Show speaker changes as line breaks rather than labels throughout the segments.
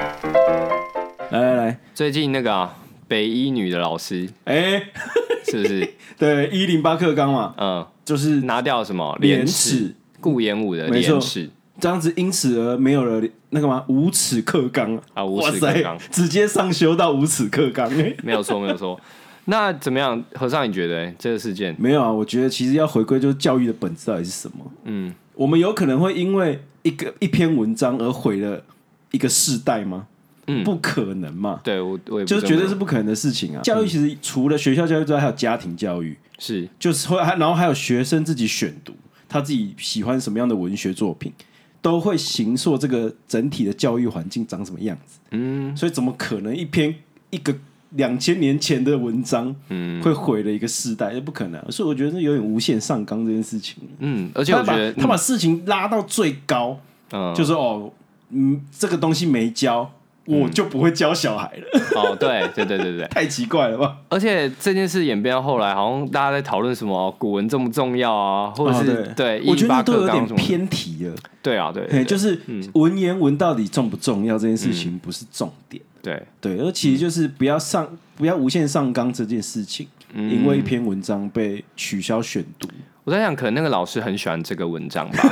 来来来，
最近那个、啊、北一女的老师
哎、
是不 是？
对，一零八课纲嘛，
嗯，
就是
拿掉什么
廉
耻？
耻
顾炎武的
没错
廉耻
这样子，因此而没有了那个嘛无耻课纲啊
啊无耻课纲
哇塞直接上修到无耻课纲。
没有错，没有错。那怎么样，和尚？你觉得、欸、这个事件？
没有啊，我觉得其实要回归就是教育的本质到底是什么。
嗯，
我们有可能会因为一个一篇文章而毁了一个世代吗？
嗯
不可能嘛，
对我我也不
就是绝对是
这么
不可能的事情啊。教育其实除了学校教育之外，还有家庭教育，
是
就是会还然后还有学生自己选读他自己喜欢什么样的文学作品，都会形塑这个整体的教育环境长什么样子。
嗯
所以怎么可能一篇一个两千年前的文章
嗯
会毁了一个世代？这不可能啊、所以我觉得这有点无限上纲这件事情。
嗯，而且我
他把
觉得
他把事情拉到最高，
嗯
就是哦，嗯，这个东西没教，我就不会教小孩了，
哦，对对对 对对，
太奇怪了吧？
而且这件事演变到后来，好像大家在讨论什么哦古文重不重要啊，或者
啊
是、对，
我觉得
118
那都有
课纲
点
什么的，
偏题了。
对啊，对，嗯
嘿
对
就是文言文到底重不重要这件事情不是重点，
对，
对，而其实就是不要上不要无限上纲这件事情，
嗯
因为一篇文章被取消选读。
我在想，可能那个老师很喜欢这个文章吧，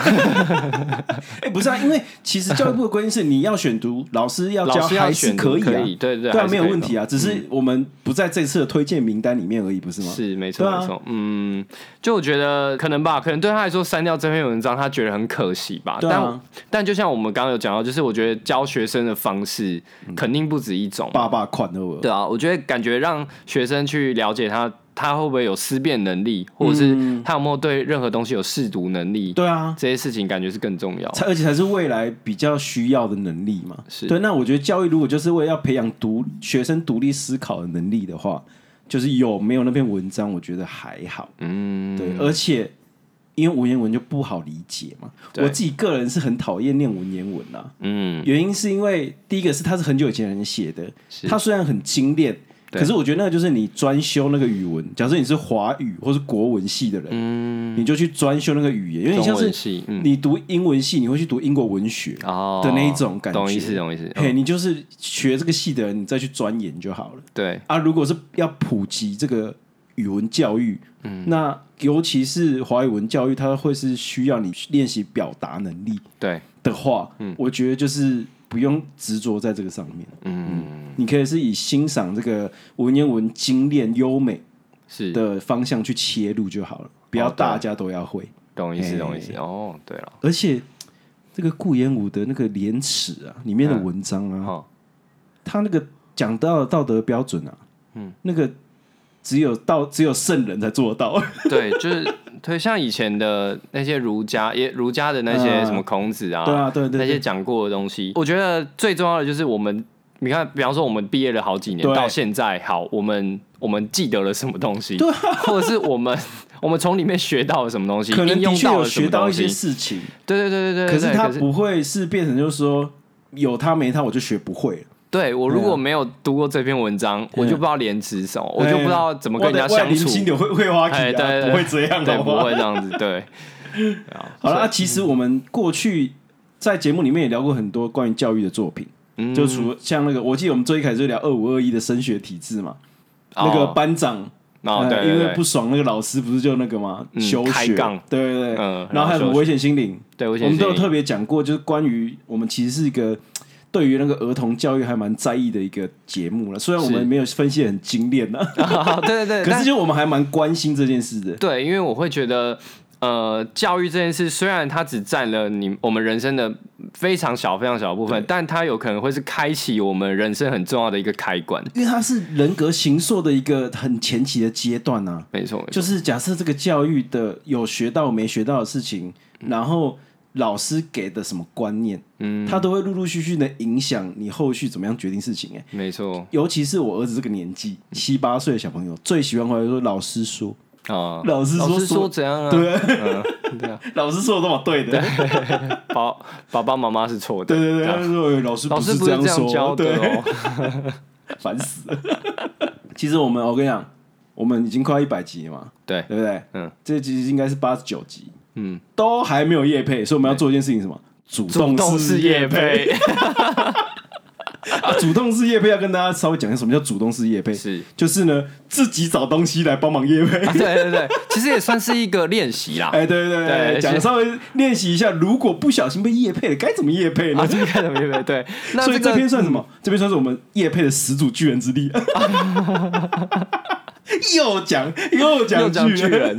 哎，不是啊，因为其实教育部的规定是你要选读，老师要教
老师要
还是
选
可
可
啊。
对对
对
对
啊，没有问
啊。还是可以
题
的
啊，只是我们不在这次的推荐名单里面而已，不是吗？
是没错、
对啊
没错，嗯，就我觉得可能吧，可能对他来说删掉这篇文章，他觉得很可惜吧。
对啊
但但就像我们刚刚有讲到，就是我觉得教学生的方式
嗯
肯定不止一种嘛，
爸爸款的我，
对啊，我觉得感觉让学生去了解他，他会不会有思辨能力，或者是他有没有对任何东西有试读能力，
嗯对啊，
这些事情感觉是更重要。
才而且才是未来比较需要的能力嘛。
是
对，那我觉得教育如果就是为了要培养独学生独立思考的能力的话，就是有没有那篇文章，我觉得还好。
嗯，
对，而且因为文言文就不好理解嘛，
对
我自己个人是很讨厌念文言文啦、
嗯，
原因是因为第一个是它是很久以前人写的，
是
它虽然很精炼，
对
可是我觉得那个就是你专修那个语文。假设你是华语或是国文系的人，
嗯
你就去专修那个语言，有点
中
像
文
是
系，嗯，
你读英文系，你会去读英国文学，
哦
的那一种感觉
懂意思，懂意思。
嘿，
嗯
你就是学这个系的人，你再去钻研就好了。
对，
啊，如果是要普及这个语文教育，
嗯
那尤其是华语文教育，它会是需要你练习表达能力
对，
的话，我觉得就是不用执着在这个上面，
嗯，
你可以是以欣赏这个文言文精炼优美
是
的方向去切入就好了，不要
哦对
大家都要会。
懂意思，
嘿
懂意思。哦，对了，
而且这个顾炎武的那个《廉耻》啊，里面的文章啊，
哦，
他那个讲到的道德标准啊，嗯，那个只有道只有圣人才做得
啊
到。
对，就是对，像以前的那些儒家，也儒家的那些
嗯
什么孔子
对啊，对对
那些
对，
讲过的东西，我觉得最重要的就是我们，你看，比方说我们毕业了好几年，
对
到现在，好，我们我们记得了什么东西，或者是我们我们从里面学到了什么东西，
可能
应
的
用
确
到
有
了什么
学到
东
一
西
些，事情，
对对对对对，
可是
对
他不会是变成就是说有他没他我就学不会了，
对我如
对啊啊
果没有读过这篇文章，我就不知道廉耻是什么，我就不知道怎么跟人家
我的我
相
的林清
处，
流会会花
哎，
旗
对对
啊，
对
不会这样
对，
好不
不
好？
会这样子， 对，
哎
对啊
好了，
所
那
以
其实我们过去在节目里面也聊过很多关于教育的作品，
嗯
就除像那个，我记得我们最一开始就聊二五二一的升学体制嘛，那个
哦
班长
哦，
呃
对对
因为
对
不，爽那个老师，不是就那个嘛，
嗯
休
开
学，
杠
对对对，
嗯
然后还有什么
然后休学
危险心灵，
对危险
我们都有
心灵
特别讲过，就是关于我们其实是一个。对于那个儿童教育还蛮在意的一个节目了，虽然我
是
们没有分析得很精炼 呢、啊，
对对对，
可
但
是就我们还蛮关心这件事的。
对，因为我会觉得，呃，教育这件事虽然它只占了你我们人生的非常小、非常小的部分，但它有可能会是开启我们人生很重要的一个开关。
因为它是人格形塑的一个很前期的阶段啊。
没错，没错
就是假设这个教育的有学到没学到的事情，然后老师给的什么观念，嗯，他都会陆陆续续的影响你后续怎么样决定事情、哎，
没错
尤其是我儿子这个年纪，七八岁的小朋友最喜欢回来说老师说，
啊，
老师说
老师
说
说怎样啊？对，对啊，
老师说的都么对的，
爸爸爸妈妈是错的，
对对对，
这
他
样
就说哎老师
老师
是
不是
样
这样教
说，
的
对，
哦。
烦死了。 其实我们我跟你讲，我们已经快一百集了嘛，
对，
对不对？
嗯，
这集应该是八十九集，嗯，都还没有业配，所以我们要做一件事情，什么？主
主动
式
式
业
业配
啊，主动式业配要跟大家稍微讲一下什么叫主动式业配，
是。
就是呢自己找东西来帮忙业 配。
啊，对对对，其实也算是一个练习啦。
哎，对对
对
对，
是
讲稍微练习一下，如果不小心被业配了，该怎么业配
啊，
呢？
这个看没没对，那
所以
这
这
个嗯
篇算什么？这篇算是我们业配的始祖巨人之力。 又讲又
又
讲
讲巨人，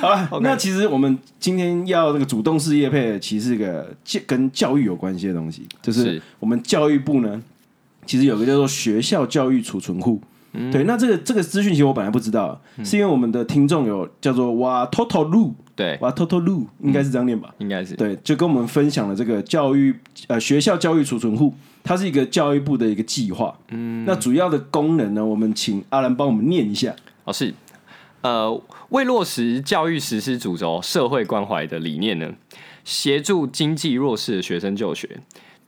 好了
OK
那其实我们今天要这个主动式业配，其实是一个教跟教育有关系的东西，就是
是
我们教育部呢，其实有个叫做学校教育储存户。
嗯
对，那这个这个资讯其实我本来不知道，是因为我们的听众有叫做哇 Toto Lu
对，嗯
哇 Toto Lu，应该是这样念吧？
应该是
对，就跟我们分享了这个教育呃学校教育储存户，它是一个教育部的一个计划。嗯，那主要的功能呢，我们请阿兰帮我们念一下。
哦，是，呃，为落实教育实施主轴社会关怀的理念呢，协助经济弱势的学生就学，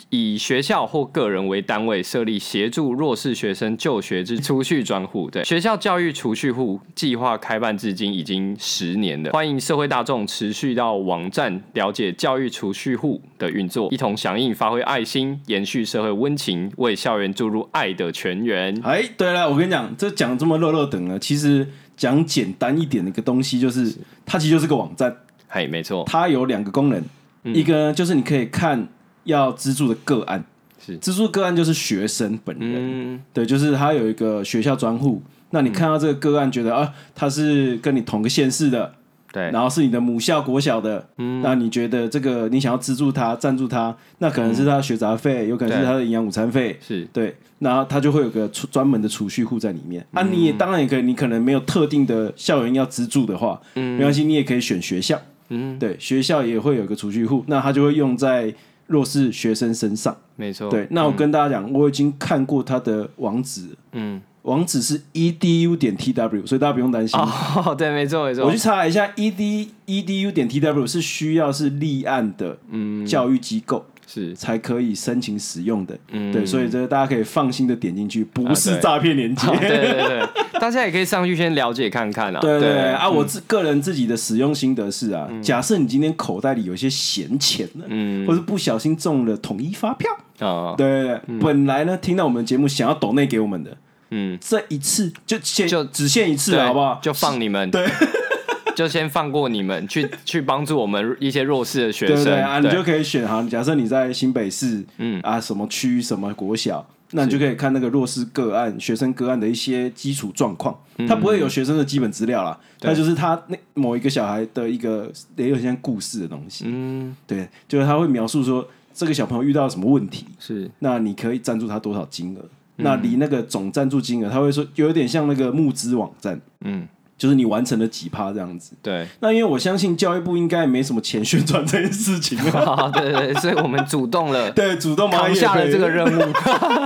以学校或个人为单位设立协助弱势学生就学之储蓄专户。对，学校教育储蓄户计划开办至今已经十年了，欢迎社会大众持续到网站了解教育储蓄户的运作，一同响应，发挥爱心，延续社会温情，为校园注入爱的泉源。
哎，对了，我跟你讲，这讲这么肉肉等呢，啊其实讲简单一点的一个东西，就是它其实就是个网站，
嘿，没错，
它有两个功能，一个呢就是你可以看要资助的个案，
是
资助个案就是学生本人，
嗯。
对，就是他有一个学校专户，那你看到这个个案，觉得、啊，他是跟你同个县市的，
对，嗯
然后是你的母校国小的，那你觉得这个你想要资助他、赞助他，那可能是他的学杂费，有可能是
嗯对
他的营养午餐费，
是
对，那他就会有个储专门的储蓄户在里面。啊，你
嗯
也当然也可以，你可能没有特定的校园要资助的话，没关系，你也可以选学校，
嗯
对，学校也会有个储蓄户，那他就会用在弱势学生身上。
没错，
对，那我跟大家讲，我已经看过他的网址，
嗯，
网址是 edu 点 tw，所以大家不用担心。
哦，对，没错，没
我
错
去，查了一下，ed E edu 点 tw 是需要是立案的
嗯
教育机构
是
才可以申请使用的，
嗯
对，所以这个大家可以放心的点进去，不是
对
诈骗链接。
啊对对对，对大家也可以上去先了解看看 啊，
对对对
对，
啊，我自个人自己的使用心得是啊，假设你今天口袋里有一些闲钱呢，
嗯
或是不小心中了统一发票，
啊，
对对对，本来呢听到我们节目想要抖内给我们的，
嗯，
这一次就限
就
只限一次了，
对
啊好不好？
就放你们，对， 就先放过你们，去去帮助我们一些弱势的学
对
生，
对啊，你就
对，
可以选哈。假设你在新北市，嗯啊，什么区什么国小，那你就可以看那个弱势个案、学生个案的一些基础状况。他不会有学生的基本资料啦，
嗯对
他就是他那某一个小孩的一个也有像故事的东西。
嗯，
对，就是他会描述说这个小朋友遇到什么问题，
是，
那你可以赞助他多少金额？
嗯
那离那个总赞助金额，他会说有点像那个募资网站，
嗯，
就是你完成了几趴这样子。
对，
那因为我相信教育部应该没什么钱宣传这件事情啊，
啊对对，对所以我们主动了，
对，主动帮他
扛
业
下了
配
这个，任务，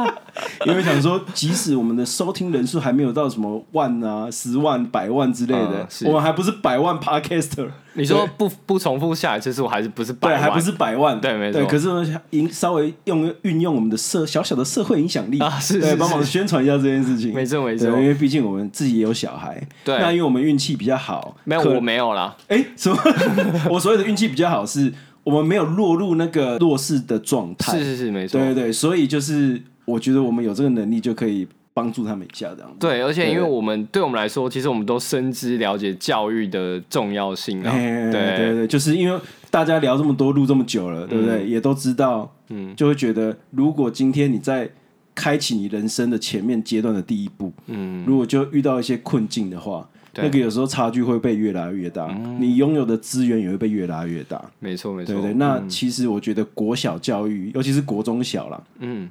因为想说，即使我们的收听人数还没有到什么万啊、十万、百万之类的
嗯，是
我们还不是百万 podcaster，
你说不不重复下一次数还是不是百
对，
万？
还不是百万，
对没错
可是我们想影稍微用运用我们的社小小的社会影响力
啊是
对
是
帮忙
是
宣传一下这件事情，
没错没
对
错
因为毕竟我们自己也有小孩，
对
那因为我们运气比较好，
没有，
可
我没有啦，
哎、什么？ 我所谓的运气比较好是。我们没有落入那个弱势的状态，
是是是，没错，
对对对，所以就是我觉得我们有这个能力就可以帮助他们一下这样子。
对，而且因为
对
我们对我们来说，其实我们都深知了解教育的重要性啊。
哎对对
对
对，就是因为大家聊这么多录这么久了，对不对？也都知道，嗯，就会觉得如果今天你在开启你人生的前面阶段的第一步，嗯，如果就遇到一些困境的话，
对
那个有时候差距会被越拉越大，你拥有的资源也会被越拉越大。
没错没错
对，对，那其实我觉得国小教育，尤其是国中小啦，
嗯，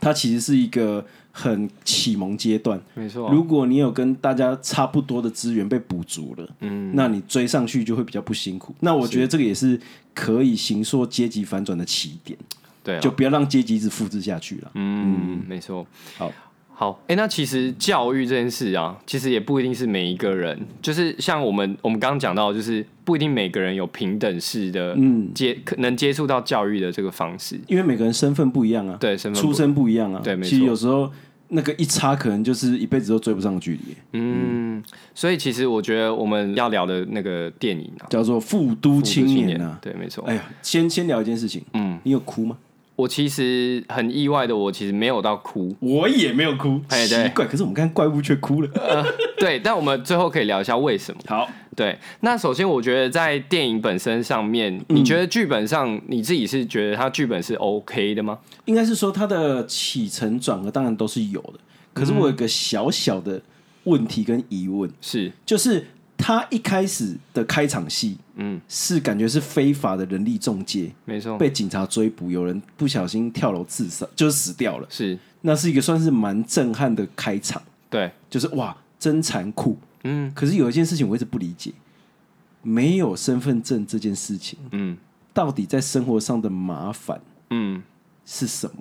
它其实是一个很启蒙阶段。
没错，
如果你有跟大家差不多的资源被补足了，嗯，那你追上去就会比较不辛苦。那我觉得这个也是可以行说阶级反转的起点，
对啊，
就不要让阶级一直复制下去了。
嗯，没错。
好，
好，哎、那其实教育这件事啊，其实也不一定是每一个人，就是像我们我们刚刚讲到，就是不一定每个人有平等式的
嗯
接、可能接触到教育的这个方式。
因为每个人身份不一样啊，
对，身份
出
不
身不一样啊，
对没错
其实有时候那个一差，可能就是一辈子都追不上的距离，
嗯，所以其实我觉得我们要聊的那个电影啊，
叫做《复都青年》啊。
对，没错。
哎呀，先先聊一件事情，嗯，你有哭吗？
我其实很意外的，我其实没有到哭，
我也没有哭，
哎
奇
对
怪。可是我们刚刚怪物却哭了。
对，但我们最后可以聊一下为什么。
好，
对，那首先我觉得在电影本身上面，
嗯
你觉得剧本上你自己是觉得它剧本是 OK 的吗？
应该是说它的起承转合当然都是有的，可是我有
嗯
一个小小的问题跟疑问，
是，
就是他一开始的开场戏，
嗯，哦
是感觉是非法的人力中介，
没错，
被警察追捕，有人不小心跳楼自杀，就是死掉了。
是，
那是一个算是蛮震撼的开场，
对，
就是哇，真残酷。
嗯
可是有一件事情我一直不理解，没有身份证这件事情，
嗯
到底在生活上的麻烦
嗯
是什么？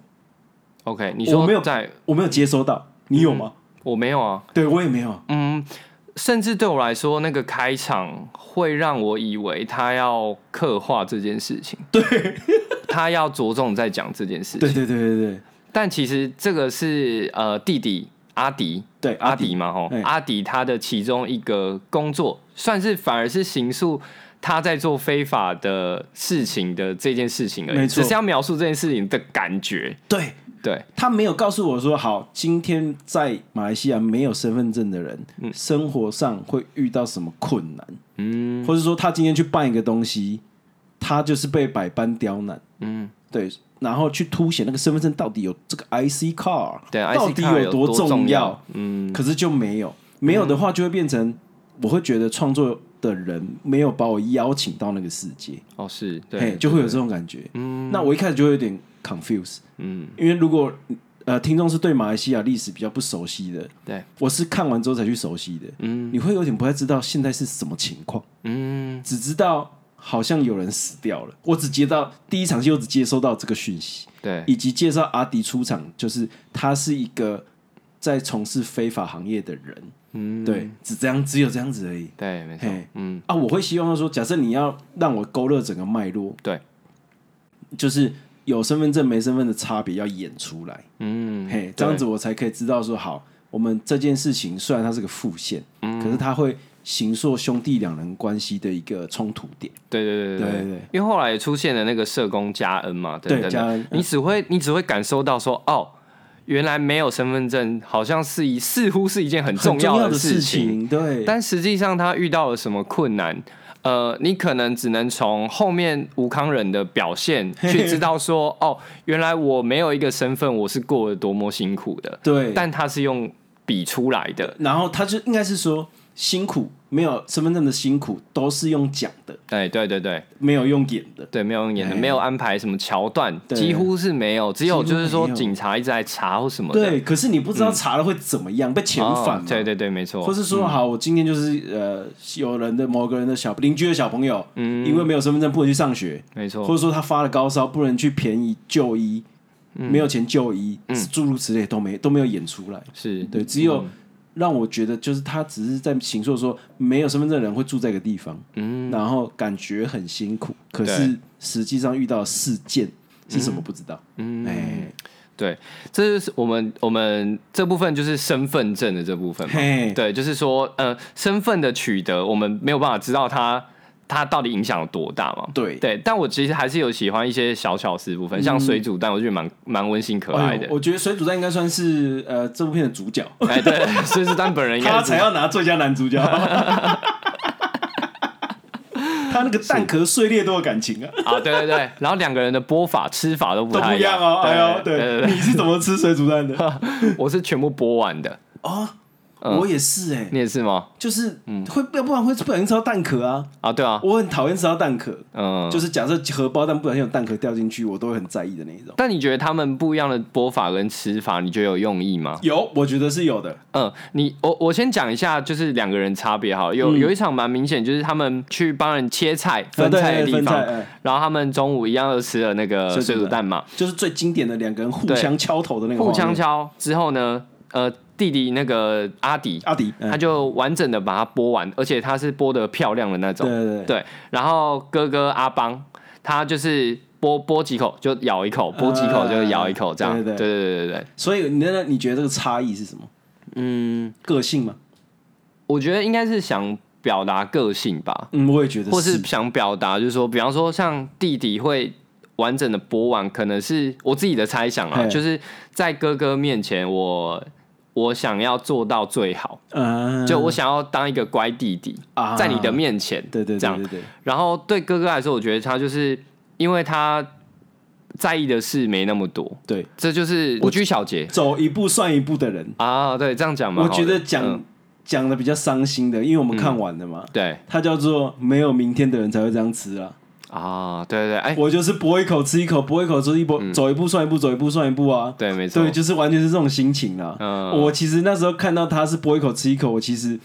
，OK，你说
我没有
在，
我没有接收到，你有吗？
我没有啊，
对我也没有。
嗯，甚至对我来说，那个开场会让我以为他要刻画这件事情，对， 他要着重在讲这件事
对对
情，
对对对
但其实这个是呃弟弟阿迪。
对，
阿迪嘛，吼
哎，
阿迪他的其中一个工作，算是反而是刑诉他在做非法的事情的这件事情而
没
已，
错
只是要描述这件事情的感觉。
对
对，
他没有告诉我说，好，今天在马来西亚没有身份证的人，生活上会遇到什么困难，
嗯
或者说他今天去办一个东西，他就是被百般刁难，
嗯，
对，然后去凸显那个身份证到底有这个 IC card，
对
到
，IC
底
card
多
多重
要，？
嗯，
可是就没有，没有的话就会变成，我会觉得创作的人没有把我邀请到那个世界，
哦，是
嘿
对，
就会有这种感觉。嗯，那我一开始就会有点 confuse，
嗯，
因为如果呃听众是对马来西亚历史比较不熟悉的，
对，
我是看完之后才去熟悉的，嗯，你会有点不太知道现在是什么情况，
嗯
只知道好像有人死掉了，我只接到第一场戏，我只接收到这个讯息，
对，
以及介绍阿迪出场，就是他是一个在从事非法行业的人，
嗯
对，只这样，只有这样子而已。
对，没错
嘿，
嗯
啊，我会希望说，假设你要让我勾勒整个脉络，
对，
就是有身份证没身份的差别要演出来，
嗯，
嘿，
对
这样子我才可以知道说，好，我们这件事情虽然它是个复线，
嗯
可是它会形塑兄弟两人关系的一个冲突点。
对对对
对
对
对对
因为后来也出现了那个社工加恩嘛，
对
等等
加
的
恩，
你只会你只会感受到说，哦，原来没有身份证，好像是一似乎是一件很
很
重
重要
的
的
事情，
情，对，
但实际上他遇到了什么困难？呃，你可能只能从后面吴康忍的表现去知道 说，哦，原来我没有一个身份，我是过得多么辛苦的。
对，
但他是用比出来的，
然后他就应该是说辛苦，没有身份证的辛苦都是用讲的，
对哎对对对，
没有用演的。
对，没有演的，
哎
没有安排什么桥段，
对
几乎是没有，只有
几乎
就
没有
是说警察一直在查或什么的，
对，可是你不知道查了会怎么样，被遣返
哦
嘛？
对对对，没嗯
或
错，
是说好，我今天就是呃，有人的某个人的小邻居的小朋友，
嗯
因为没有身份证不能去上学，
没错
或，者说他发了高烧不能去便宜就医，没有钱就医，诸如此类都没都没有演出来。
是，
对，只有让我觉得就是他只是在形塑说没有身份证的人会住在一个地方，嗯，然后感觉很辛苦，可是实际上遇到的事件是什么不知道，嗯，哎
对，这是我们我们这部分就是身份证的这部分嘛，
嘿，
对，就是说，呃，身份的取得，我们没有办法知道它它到底影响有多大嘛。
对嗯
对，但我其实还是有喜欢一些小巧思部分，像水煮蛋，我觉得蛮蛮温馨可爱
哎
的
呦，。我觉得水煮蛋应该算是呃这部片的主角，
哎，对，水煮蛋本人应该
他
是
才要拿最佳男主角。他那个蛋壳碎裂都有感情啊，
啊，对对对，然后两个人的播法、吃法都
都
不
不
太
一样哦。哎呦，
对对
对，你是怎么吃水煮蛋 的？
对，我是全部播完的，
哦，
嗯
我也是哎，
你也是吗？
就是会要不然会不小心吃到蛋壳啊。
啊，对啊，
我很讨厌吃到蛋壳，
嗯，
就是假设荷包蛋不小心有蛋壳掉进去，我都会很在意的那一种。
但你觉得他们不一样的播法跟吃法，你觉得有用意吗？
有，我觉得是有的。
嗯，你我我先讲一下，就是两个人差别好了，有、
嗯
有一场蛮明显，就是他们去帮人切菜分
对
菜的地
分
方，
菜哎
然后他们中午一样都吃了那个
水煮嗯
水煮蛋嘛，
就是最经典的两个人互相敲头的那个画
互
面，
相敲之后呢，呃，弟弟那个阿迪，
阿迪，
他
嗯
就完整的把它剥完，而且他是剥的漂亮的那种，
对对对，
对，然后哥哥阿邦，他就是剥剥几口就咬一口，剥几口就咬一口，这样。
呃
对
对
对
对
对对对，
所以你那你觉得这个差异是什么？
嗯，
个性吗？
我觉得应该是想表达个性吧，
嗯，我也觉得
或是想表达就是说，比方说像弟弟会完整的剥完，可能是我自己的猜想啦，
嘿
就是在哥哥面前我。我想要做到最好，
嗯，
就我想要当一个乖弟弟，
啊
在你的面前，
对对
这
对
样
对对，
然后对哥哥来说，我觉得他就是因为他在意的事没那么多，
对，
这就是我居小节
走一步算一步的人，
啊。对，这样讲嘛，
我觉得
嗯
讲讲的比较伤心的，因为我们看完了嘛，
对
它叫做没有明天的人才会这样吃啊。
啊，对对对，哎，
我就是搏一口吃一口，搏一口吃一口，走一步算一步，走一步算一步啊。
对，没错
对，，就是完全是这种心情啊。
嗯
我其实那时候看到他是搏一口吃一口，我其实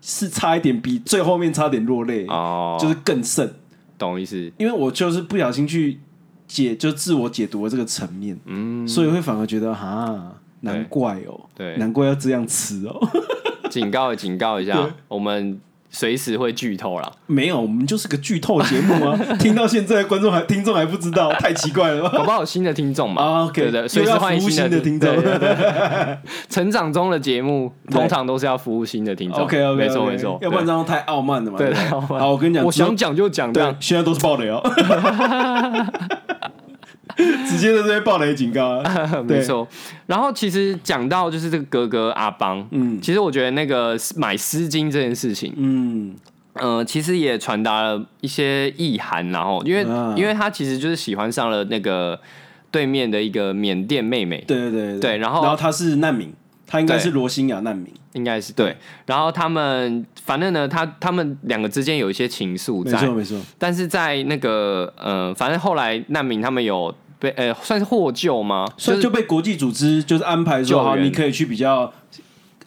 是差一点比最后面差点落泪，
哦，
就是更甚，
懂意思，
因为我就是不小心去解就自我解读了这个层面，
嗯，
所以会反而觉得哈，难怪哦，
对
难怪要这样吃哦。
警告警告一下
对，
我们随时会剧透啦，
没有，我们就是个剧透节目 啊，听到现在观众还听众还不知道，太奇怪了吧？
搞不好有新的听众嘛，
啊，OK，
对对，
又
随时
要
欢迎
服务新的听众
对对对 成长中的节目通常都是要服务新的听众
OK OK，
没错没错，
要不然
对
这样太傲慢了嘛。
对
不
太傲慢
好，我跟你讲，
我
之后
想讲就讲这
对
样，，
现在都是暴 雷哦，直接在这边暴雷警告 啊。对
没错。然后其实讲到就是这个哥哥阿邦，嗯，
嗯
其实我觉得那个买丝巾这件事情，
嗯，
呃，其实也传达了一些意涵，然后因为、
啊
因为他其实就是喜欢上了那个对面的一个缅甸妹妹，
对对对
对然后
然后他是难民，他应该
对
是罗兴亚难民，
应该是对。然后他们反正呢，他他们两个之间有一些情愫
没
在，
错没错，
但是在那个呃，反正后来难民他们有被呃算是获救吗？
所以
就是
就被国际组织就是安排说，
救
好，
援
你可以去比较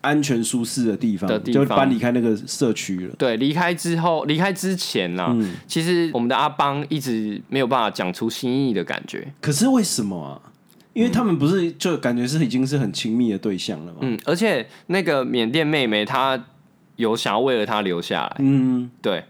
安全舒适的地方
的，地
就
方
搬离开那个社区了。
对，离开之后，离开之前啦、
嗯
其实我们的阿邦一直没有办法讲出心意的感觉。
可是为什么啊？因为他们不是就感觉是已经是很亲密的对象了嘛。
嗯，而且那个缅甸妹妹她有想要为了他留下来，
嗯，
对，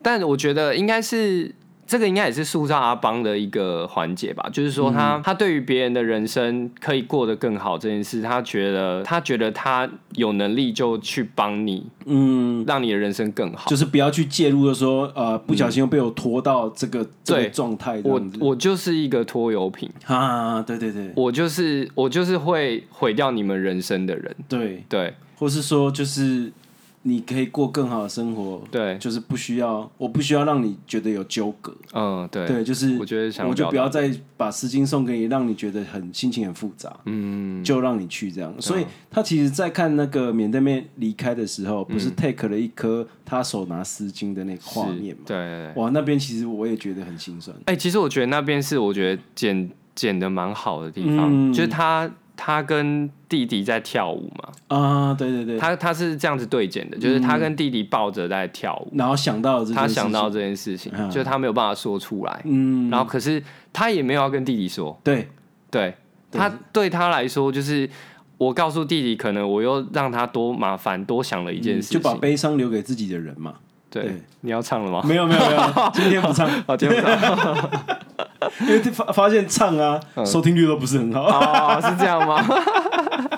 但我觉得应该是。这个应该也是塑造阿邦的一个环节吧，就是说他、
嗯
他对于别人的人生可以过得更好这件事，他觉得他觉得他有能力就去帮你，
嗯，
让你的人生更好。
就是不要去介入的说，呃，不小心又被我拖到这个这
对
个状态这
我
样子。
我就是一个拖油瓶，
啊，对对对
我就是我就是会毁掉你们人生的人。
对，
对
或是说就是你可以过更好的生活，
对，
就是不需要，我不需要让你觉得有纠葛，
嗯对，
对，就是
我觉得想
我就
表
不要再把丝巾送给你，让你觉得很心情很复杂，
嗯啊
就让你去这样。所以他其实，在看那个缅甸妹离开的时候，不是 take 了一颗他手拿丝巾的那个画
嗯是
面嘛？
对对对。
哇，那边其实我也觉得很心酸。
哎、其实我觉得那边是我觉得剪剪的蛮好的地方，
嗯
就是他他跟弟弟在跳舞嘛，
啊，对对对，
他他是这样子对剪的，就是他跟弟弟抱着在跳舞，
然后想到了这件
他
事情
想到这件事情，
嗯
就是他没有办法说出来，
嗯，
然后可是他也没有要跟弟弟说，
对，
对他对他来说就是。我告诉弟弟，可能我又让他多麻烦，多想了一件
嗯
事情。哦
就把悲伤留给自己的人嘛。
对
对，
你要唱了吗？
没有没有没有，今天 不唱，
啊，听不到
因为发发现唱啊，收听率都不是很好。
嗯哦，是这样吗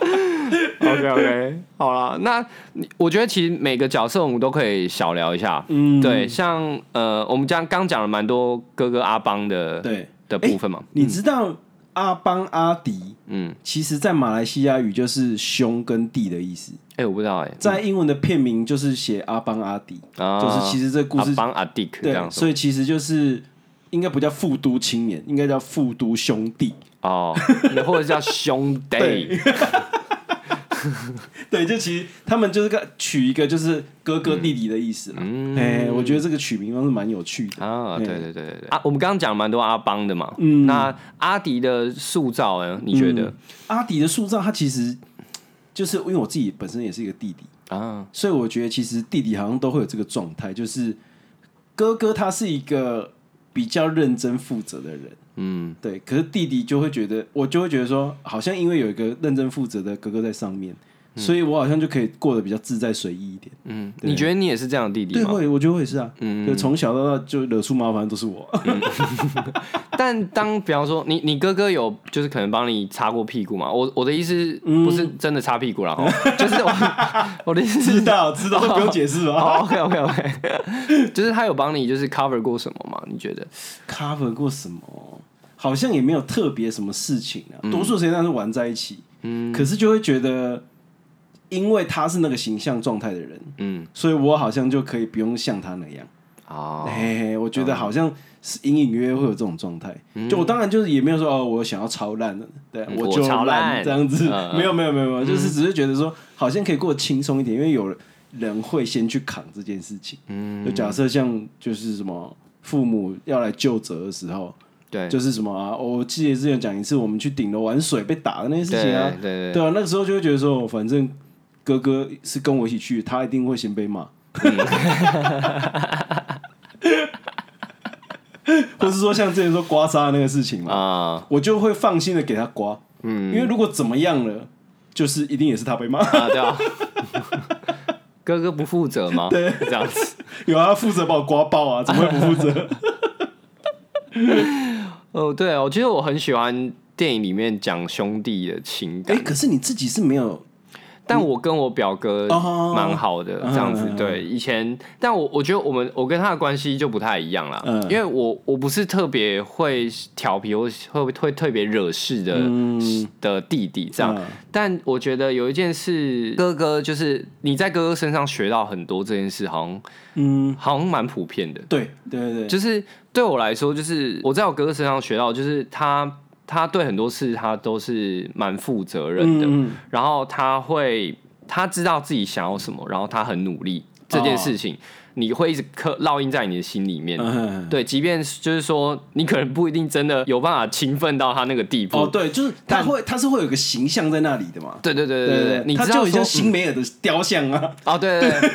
？OK OK，好了，那你我觉得其实每个角色我们都可以小聊一下。
嗯，
对，像呃，我们刚刚讲了蛮多哥哥阿邦 的
对，
的部分嘛。
你知道阿邦阿迪，
嗯，
其实在马来西亚语就是兄跟弟的意思，
哎、我不知道哎、
在英文的片名就是写阿邦阿迪，
啊，
就是其实这个故
阿
事
邦阿迪克这样
对，
子
所以其实就是应该不叫富都青年，应该叫富都兄弟。
哦，或者叫兄弟
对，对，就其实他们就是个取一个就是哥哥弟弟的意思啦。
嗯
哎、我觉得这个取名方式蛮有趣的。
啊，对
对
对对对对啊，我们刚刚讲了蛮多阿邦的嘛。
嗯
那阿迪的塑造呢？你觉得、
阿迪的塑造，他其实就是因为我自己本身也是一个弟弟，
啊？
所以我觉得其实弟弟好像都会有这个状态，就是哥哥他是一个比较认真负责的人，
嗯，
对，可是弟弟就会觉得，我就会觉得说，好像因为有一个认真负责的哥哥在上面，所以我好像就可以过得比较自在随意一点。
嗯，你觉得你也是这样的弟弟
对，
吗？
我也我觉得我也是啊，就从小到大就惹出麻烦都是 我。
但当比方说你你哥哥有就是可能帮你擦过屁股嘛？我我的意思
嗯
不是真的擦屁股 啦，哦，就是我我的意思
知
是
道知 道，这不用解释吧
哦，OK OK OK，就是他有帮你就是 cover 过什么吗？你觉得？
？cover 过什么？好像也没有特别什么事情啊，多数时间都是玩在一起。嗯，可是就会觉得，因为他是那个形象状态的人，
嗯，
所以我好像就可以不用像他那样。
哦，
哎、我觉得好像是隐隐约约会有这种状态。就我当然就是也没有说哦，我想要超烂的，对
嗯
就
我超烂
这样子，
嗯嗯
没有没有没有没有，就是只是觉得说好像可以过得轻松一点，因为有人会先去扛这件事情。嗯，就假设像就是什么父母要来就责的时候，
对，
就是什么啊，我记得之前讲一次，我们去顶楼玩水被打的那件事
对
情啊，
对对
对啊，那个时候就会觉得说，反正哥哥是跟我一起去，他一定会先被骂， 或是说像之前说刮痧的那个事情嘛，
啊
我就会放心的给他刮，嗯，因为如果怎么样了，就是一定也是他被骂，
啊，对啊， 哥哥不负责吗？对，这样子。
有啊，他负责把我刮爆啊，怎么会不负 责？
哦，对哦，其实我很喜欢电影里面讲兄弟的情
哎、
感，
可是你自己是没 有
但我跟我表哥
哦
蛮好的，
嗯
这样子
嗯。嗯
对，以前，但我我觉得我们我跟他的关系就不太一样啦，
嗯
因为我我不是特别会调皮或会会特别惹事的的弟弟这样
嗯，
但我觉得有一件事，哥哥就是你在哥哥身上学到很多这件事，好像
嗯，
好像蛮普遍的。
对对对对，
就是对我来说，就是我在我哥哥身上学到，就是他他对很多事他都是蛮负责任的，
嗯嗯
然后他会他知道自己想要什么，然后他很努力这件事情，你会一直刻烙印在你的心里面。
哦嗯
对，即便是就是说，你可能不一定真的有办法勤奋到他那个地步。
哦，对，就是他会，他是会有个形象在那里的嘛。
对对对对对，你
他
知
就
道
很像
说嗯
辛梅尔的雕像啊。
哦，对对 对，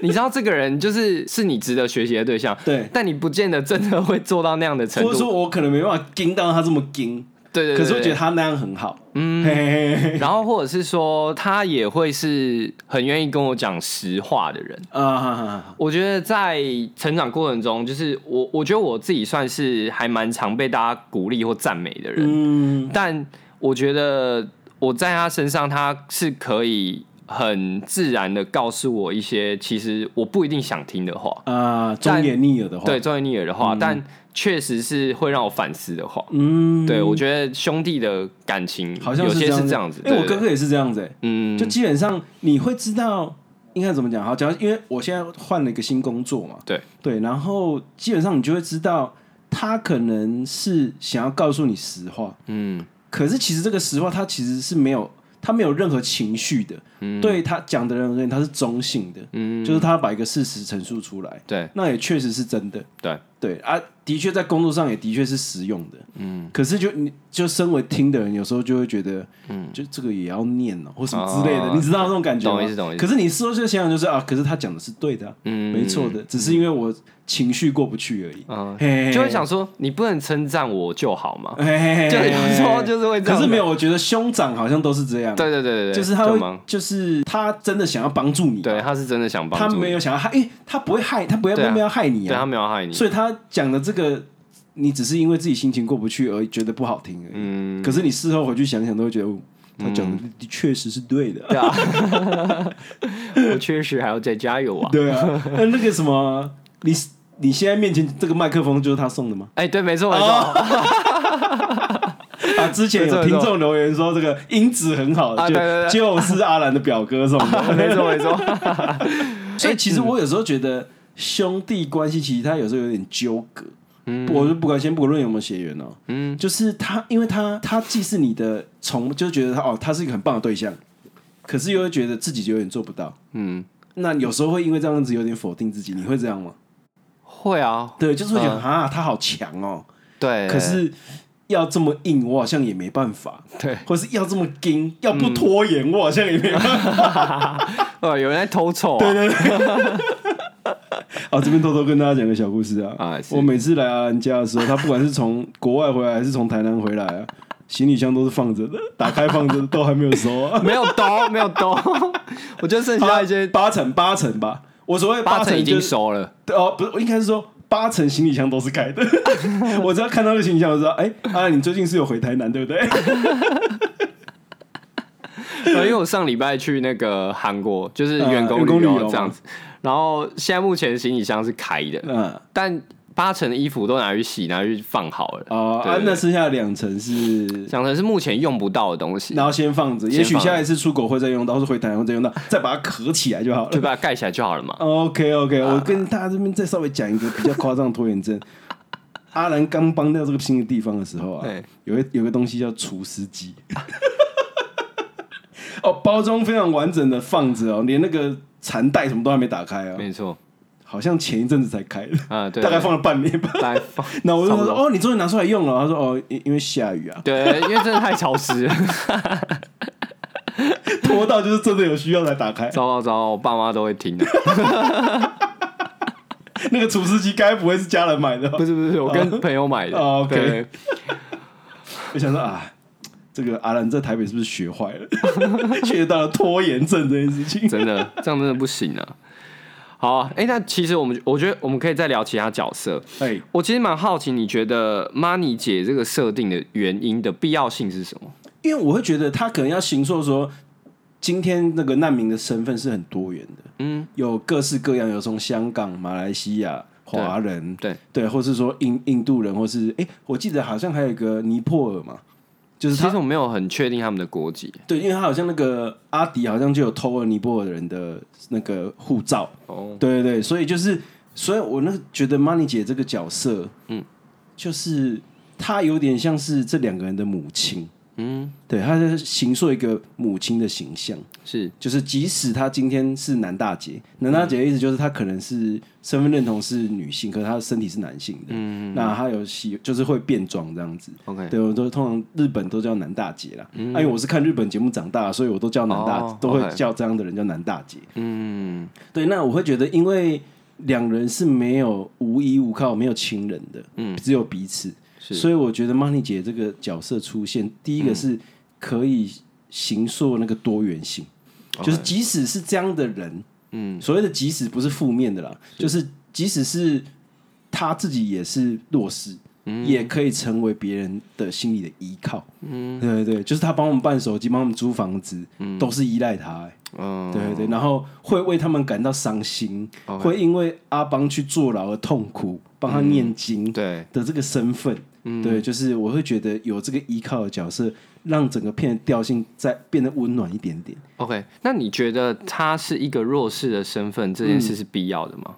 你知道这个人就是是你值得学习的对象，
对
但你不见得真的会做到那样的程
或者
度。
说我可能没办法盯到他这么盯，
对对对对，
可是我觉得他那样很好。嗯，嘿嘿嘿嘿
然后或者是说他也会是很愿意跟我讲实话的人。
啊哈哈哈，
我觉得在成长过程中，就是我我觉得我自己算是还蛮常被大家鼓励或赞美的人，
嗯，
但我觉得我在他身上，他是可以很自然的告诉我一些其实我不一定想听的话，
啊，忠言逆耳的话，
对，忠言逆耳的话，但确实是会让我反思的话。
嗯，
对，我觉得兄弟的感情
好像
有些是
这
这样子。
哎，我
对
哥，哥也是这样子，哎
嗯，
就基本上你会知道应该怎么讲。好，假如因为我现在换了一个新工作嘛，
对
对，然后基本上你就会知道他可能是想要告诉你实话，
嗯
可是其实这个实话，他其实是没有，他没有任何情绪的。对他讲的人而言，他是中性的，
嗯，
就是他把一个事实陈述出来，
对
那也确实是真的。
对，
对啊，的确在工作上也的确是实用的。嗯，可是就你就身为听的人，有时候就会觉得，嗯，就这个也要念哦，或什么之类的，
哦
你知道那种感觉吗？
懂意思懂意思
可是你说就想想就是啊，可是他讲的是对的啊、
嗯
没错的，只是因为我情绪过不去而已。
嗯
嘿嘿嘿
就会想说，你不能称赞我就好嘛？
哎，
就有时候就是会这样
可是没有，我觉得兄长好像都是这样，
对对对对，对
嗯就是他
对
会
吗，
就是他真的想要帮助你，
对，他是真的想帮
他
助你，
没有想要害，因为他不会害，他不会
对啊
他没有害你
对他
啊，
没有 害你，
所以他讲的这个，你只是因为自己心情过不去而觉得不好听而已。
嗯，
可是你事后回去想想，都会觉得哦他讲的的确实是对的。
对啊，我确实还要再加油 啊！
对啊，那那个什么，你你现在面前这个麦克风就是他送 的吗？
哎，对，没错没
哦
错，
啊，之前有
没错没
听
错
众留言说这个音质很好，
啊
就
对对对
就是阿兰的表哥送 的。
没错没 错，
所以其实我有时候觉得兄弟关系其实他有时候有点纠葛。嗯，我就不管先不论有没有血缘哦，嗯，就是他，因为他他既是你的从，就觉得他哦，他是一个很棒的对象，可是又会觉得自己有点做不到。
嗯，
那有时候会因为这样子有点否定自己，你会这样吗？
会啊，
对，就是会觉得、
嗯
啊，他好强哦，
对，
可是要这么硬，我好像也没办法，
对，
或是要这么硬，要不拖延，我好像也没办法。
呃，有人在偷臭，对对，
啊，这边偷偷跟大家讲个小故事啊。
啊是
我每次来阿兰家的时候，他不管是从国外回来还是从台南回来啊，行李箱都是放着的，打开放着的都还没有收 啊，
没有兜，没有兜， 我就剩下一些
八成八成吧。我所谓
八成
成
已经
就是
熟了，
哦，不是，我应该是说八成行李箱都是开 的。我只要看到那个行李箱，我就知道，哎、啊，你最近是有回台南对不 对？
呃因为我上礼拜去那个韩国，就是
呃
员工
员工
旅
旅游
游这样子，然后现在目前行李箱是开的，
嗯，
但八成的衣服都拿去洗，拿去放好了。
哦，
对
啊，
对
那剩下的两层是，
讲的是目前用不到的东西，
然后先放着，
先
也许
放着
下一次出国会再用到，或是回台南会再用到，再把它壳起来就好了
就。把它盖起来就好了嘛。
OK OK，、我
啊
跟大家这边再稍微讲一个比较夸张的拖延症。阿兰刚搬到这个新的地方的时候啊
对，
有一有个东西叫除湿机， 哦，包装非常完整的放着哦，连那个缠带什么都还没打开哦，
没错，
好像前一阵子才开的，
啊，对，
大概放了半年吧。，
大概放
那我就
差不
说
多
哦，你终于拿出来用了。他说哦，因因为下雨啊，
对，因为真的太潮湿了，
拖到就是真的有需要才打开。
糟糕糟糕，我爸妈都会听 啊的。
那个除湿机该不会是家人买的吧？
不是不是，我跟朋友买的。
哦，OK
对
我想说啊，这个阿兰在台北是不是学坏了， 学到了拖延症这件事情？
真的这样真的不行啊。好啊，哎、那其实我们我觉得我们可以再聊其他角色。
哎，
我其实蛮好奇，你觉得 Money 姐这个设定的原因的必要性是什么？
因为我会觉得他可能要行说说，今天那个难民的身份是很多元的，
嗯，
有各式各样，有从香港、马来西亚、华人，
对
对，或是说印印度人，或是哎，我记得好像还有一个尼泊尔嘛，就是
其
他
实我没有很确定他们的国籍。
对，因为他好像那个阿迪好像就有偷了尼泊尔人的那个护照，
哦，
对对对，所以就是，所以我那个觉得 Money 姐这个角色，嗯，就是她有点像是这两个人的母亲，
嗯，
对，她在形塑一个母亲的形象，
是
就是即使她今天是男大姐，男大姐的意思就是她可能是身份认同是女性，可是她的身体是男性的，嗯，那她有喜就是会变装这样子。
OK，
对，我都通常日本都叫男大姐啦，啊因为我是看日本节目长大的，所以我都叫男大，
嗯哦
都会
OK
叫这样的人叫男大姐。
嗯，
对，那我会觉得，因为两人是没有无依无靠、没有亲人的，嗯，只有彼此，
是
所以我觉得 Money 姐这个角色出现，第一个是可以形塑那个多元性，就是即使是这样的人，
嗯，
所谓的即使不是负面的啦，就是即使是他自己也是弱势。也可以成为别人的心里的依靠，嗯，对对对，就是他帮我们办手机，帮我们租房子，都是依赖他、欸
嗯，
对对对，然后会为他们感到伤心，会因为阿邦去坐牢而痛苦，帮他念经
对，
的这个身份，
嗯
对，就是我会觉得有这个依靠的角色，让整个片的调性再变得温暖一点点。
OK，那你觉得他是一个弱势的身份，这件事是必要的吗？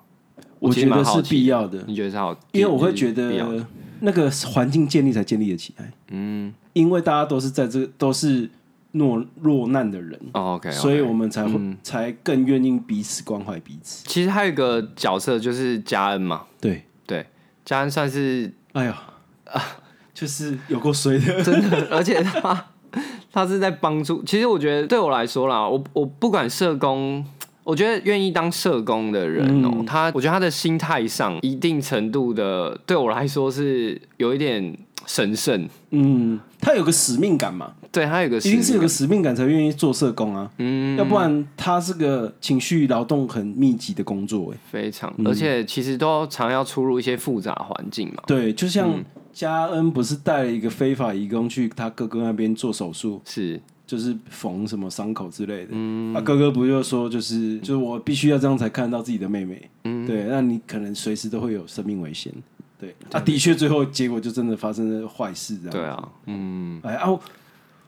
我
其
觉
实蛮
得
好
是
奇
必要的，
你觉得是好？
嗯因为我会觉
必要的
得那个环境建立才建立得起来，
嗯、
因为大家都是在这都是落落难的人，
哦、，OK，,
所以我们才会
嗯
才更愿意彼此关怀彼此。
其实还有一个角色就是嘉恩嘛，
对，
对，嘉恩算是
哎呀啊，就是有够衰的。
真的，而且他他是在帮助。其实我觉得对我来说啦，我我不管社工，我觉得愿意当社工的人哦、
嗯
他我觉得他的心态上一定程度的，对我来说是有一点神圣。
嗯，他有个使命感嘛，
对他有个
一定是有个
使
使命感才愿意做社工啊，
命感嗯，
要不然他是个情绪劳动很密集的工作、欸，
非常，而且其实都常要出入一些复杂环境嘛。
对，就像嘉恩不是带了一个非法移工去他哥哥那边做手术，
是，
就是缝什么伤口之类的，嗯，他、哥哥不就说就是就是我必须要这样才看得到自己的妹妹，嗯，对，那你可能随时都会有生命危险。对，啊，的确，最后结果就真的发生了坏事，这样。
对啊，嗯，
哎啊，我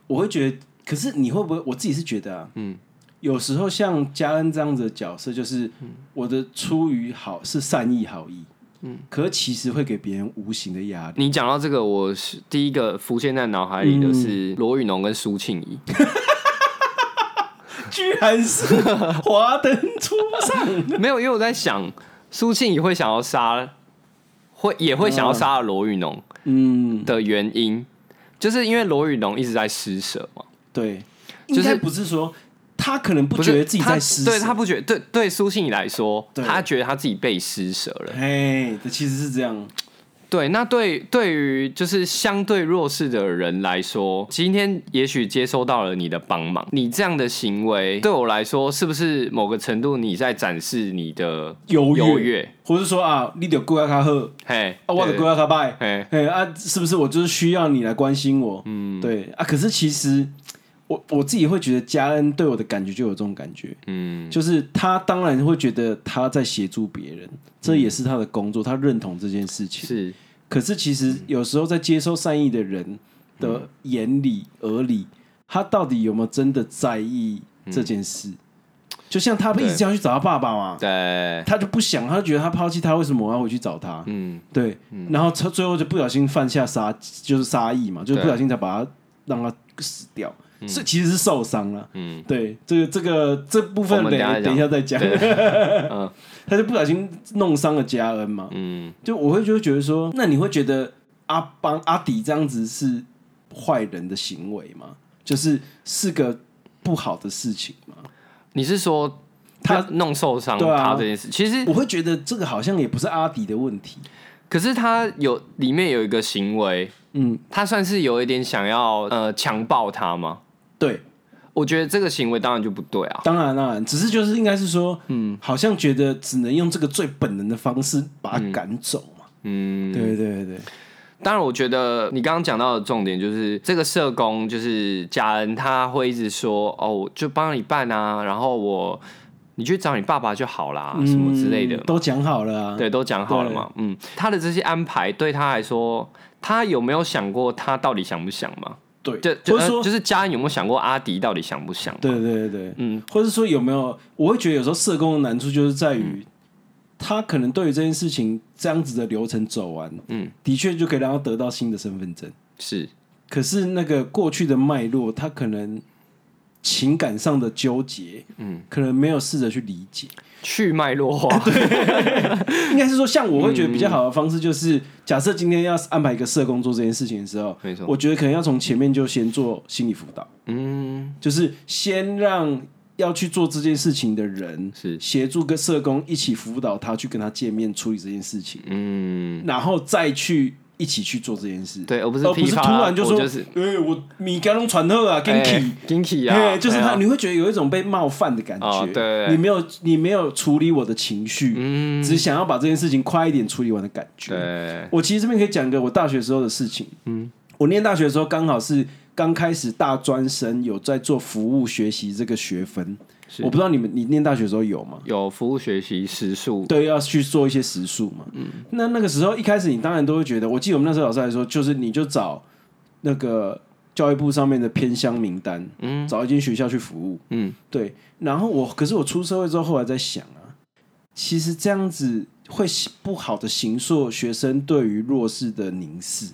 我会觉得，可是你会不会？我自己是觉得啊，嗯，有时候像嘉恩这样子的角色，就是
嗯
我的出于好是善意好意，嗯，可其实会给别人无形的压力。
你讲到这个，我是第一个浮现在脑海里的
嗯
是罗宇农跟苏庆怡。
居然是华灯初 上，
没有，因为我在想，苏庆怡会想要杀，会也会想要杀罗宇农
嗯，
的原因，就是因为罗宇农一直在施舍嘛，
对，
就是
应该不是说他可能不
不
觉
是
得自己在
他
施
对
舍，
他不觉得，对对，苏庆怡来说，
对
他觉得他自己被施舍了，
哎，这其实是这样，
对，那对对于就是相对弱势的人来说，今天也许接收到了你的帮忙，你这样的行为对我来说，是不是某个程度你在展示你的
优越
优越？
或是说啊，你得过来卡喝，
嘿，
啊，我
对
得过来卡拜，
嘿，
哎啊，是不是我就是需要你来关心我？嗯，对啊。可是其实我我自己会觉得嘉恩对我的感觉就有这种感觉，
嗯，
就是他当然会觉得他在协助别人，这也是他的工作，他认同这件事情。
是，
可是其实有时候在接收善意的人的眼里、耳里，他到底有没有真的在意这件事？
嗯
就像他一直要去找他爸爸嘛，
对，
他就不想，他就觉得他抛弃他，为什么我要回去找他？
嗯，
对，然后他最后就不小心犯下杀，就是杀意嘛，就是不小心才把他让他死掉，是其实是受伤了。
嗯，
对，这个这个这部分
我们
等
等一下
等一下再讲。
嗯
他就不小心弄伤了嘉恩嘛，
嗯，
就我会就会觉得说，那你会觉得阿邦阿迪这样子是坏人的行为吗？就是是个不好的事情吗？
你是说
他
他弄受伤
对啊
他这件事？其实
我会觉得这个好像也不是阿迪的问题。
可是他有里面有一个行为，
嗯，
他算是有一点想要呃强暴他吗？
对，
我觉得这个行为当然就不对啊。
当然当然，只是就是应该是说，嗯，好像觉得只能用这个最本能的方式把他赶走嘛。
嗯，
对对对对，
当然，我觉得你刚刚讲到的重点就是这个社工就是家人，他会一直说哦，我就帮你办啊，然后我你去找你爸爸就好啦，啊什么之类的
嗯。都讲好了啊。
对，都讲好了嘛。嗯，他的这些安排对他来说，他有没有想过他到底想不想嘛？
对
就就
或者说
呃就是家人有没有想过阿迪到底想不想嘛？
对对对对，
嗯，
或者说有没有？我会觉得有时候社工的难处就是在
嗯
于，他可能对于这件事情这样子的流程走完，
嗯，
的确就可以让他得到新的身份证。
是，
可是那个过去的脉络，他可能情感上的纠结，
嗯，
可能没有试着去理解。
去脉络化，对，
应该是说，像我会觉得
嗯
比较好的方式就是，假设今天要安排一个社工做这件事情的时候，
没错
我觉得可能要从前面就先做心理辅导。
嗯，
就是先让要去做这件事情的人
是
协助跟社工一起辅导他去跟他见面处理这件事情，
嗯，
然后再去一起去做这件事，
对，而不是
而不
噼
是
啪
突然就说，
我
哎、
是哎
我米该弄传贺啊，Genki。
g i n k y 啊，
哎就是他，
哎呀
你会觉得有一种被冒犯的感觉。
哦对
你没有，你没有处理我的情绪，
嗯
只想要把这件事情快一点处理完的感觉。
对，
我其实这边可以讲一个我大学时候的事情。嗯，我念大学的时候刚好是刚开始大专生有在做服务学习这个学分，
是
我不知道你们你念大学的时候有吗？
有服务学习时数，
对，要去做一些实数嘛。嗯，那那个时候一开始你当然都会觉得，我记得我们那时候老师来说，就是你就找那个教育部上面的偏乡名单，嗯，找一间学校去服务，
嗯，
对。然后我可是我出社会之后，后来在想啊，其实这样子会不好的形塑学生对于弱势的凝视。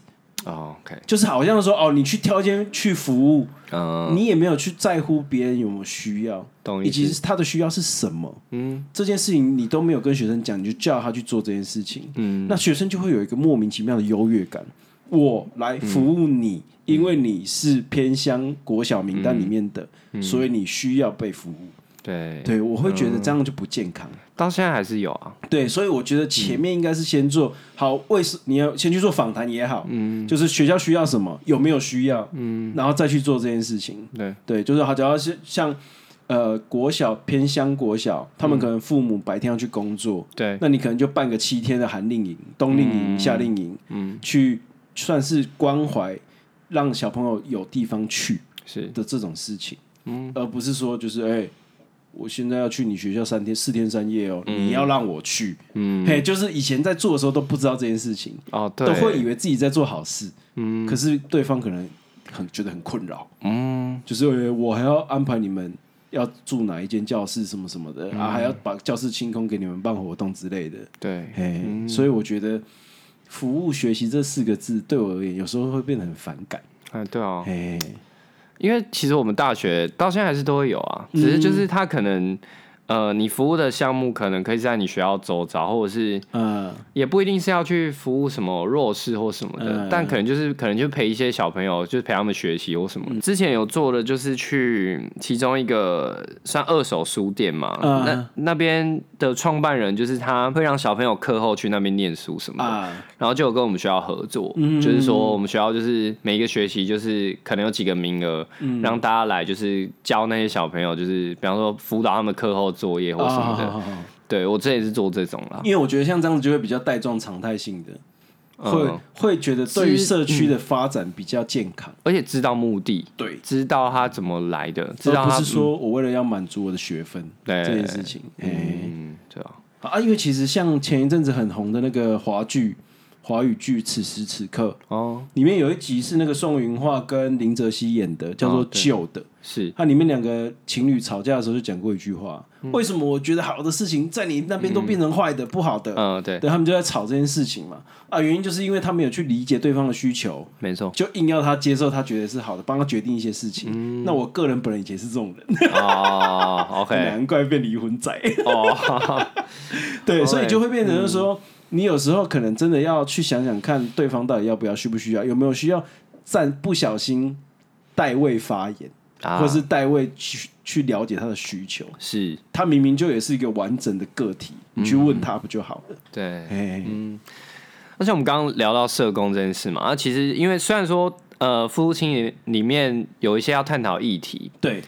哦，OK，
就是好像说哦，你去挑一间去服务，
嗯，
你也没有去在乎别人有没有需要，
懂
以
意
及
思，
是他的需要是什么。
嗯
这件事情你都没有跟学生讲，你就叫他去做这件事情，
嗯，
那学生就会有一个莫名其妙的优越感。我来服务
嗯
你，因为你是偏乡国小名单里面的，所以你需要被服务。
嗯对，嗯
对我会觉得这样就不健康。
到现在还是有啊，
对，所以我觉得前面应该是先做好，为什你要先去做访谈也好，嗯，就是学校需要什么，有没有需要，嗯，然后再去做这件事情。
对，
对，就是好，只要是像呃国小偏乡国小，他们可能父母白天要去工作，
对，
那你可能就办个七天的寒令营、冬令营、夏令营，嗯，去算是关怀，让小朋友有地方去
是，
的这种事情，
嗯，
而不是说就是哎、我现在要去你学校三天四天三夜哦，你要让我去，
嗯，
嘿，就是以前在做的时候都不知道这件事情，
哦，对
都，会以为自己在做好事，嗯，可是对方可能很觉得很困扰，
嗯，
就是呃我还要安排你们要住哪一间教室什么什么的、
嗯
啊，还要把教室清空给你们办活动之类的，
对，
嘿，所以我觉得服务学习这四个字对我而言有时候会变得很反感，
哎，对啊，
嘿，嗯
因为其实我们大学到现在还是都会有啊，只是就是他可能、呃，你服务的项目可能可以在你学校周遭，或者是
嗯
也不一定是要去服务什么弱势或什么的，
嗯
但可能就是可能就陪一些小朋友，就是陪他们学习或什么。
嗯
之前有做的就是去其中一个算二手书店嘛，
嗯
那那边的创办人就是他会让小朋友课后去那边念书什么的，
啊
然后就有跟我们学校合作，
嗯
就是说我们学校就是每一个学期就是可能有几个名额，
嗯
让大家来就是教那些小朋友，就是比方说辅导他们课后作业或什么的。
啊好好好好
对我之前也是做这种啦，
因为我觉得像这样子就会比较带状常态性的，会、
嗯，
会觉得对于
知
社区的发展比较健康。
而且知道目的，
对，
知道他怎么来的，知道
哦而不
他嗯
是说我为了要满足我的学分
对
这件事情。哎、
嗯，对啊，
啊，因为其实像前一阵子很红的那个华剧、华语剧《此时此刻
哦，》，
里面有一集是那个宋云桦跟林哲熙演的，叫做
哦
《
对
旧的》
是，嗯
它里面两个情侣吵架的时候就讲过一句话：为什么我觉得好的事情在你那边都变成坏的、不好的？
嗯，对，
对，他们就在吵这件事情嘛。啊，原因就是因为他没有去理解对方的需求，，
没错
就硬要他接受他觉得是好的，帮他决定一些事情。那我个人本人以前是这种人，
哦 ，OK，
难怪变离婚仔。
哦，
对，
OK，嗯
所以就会变成是说，你有时候可能真的要去想想看，对方到底要不要、需不需要，有没有需要占不小心代位发言，
啊
或是代位去去了解他的需求。
是，
他明明就也是一个完整的个体，你
嗯
去问他不就好了？
对，
哎、
而且我们刚刚聊到社工这件事嘛，啊，其实因为虽然说呃，服务清里里面有一些要探讨议题，
对，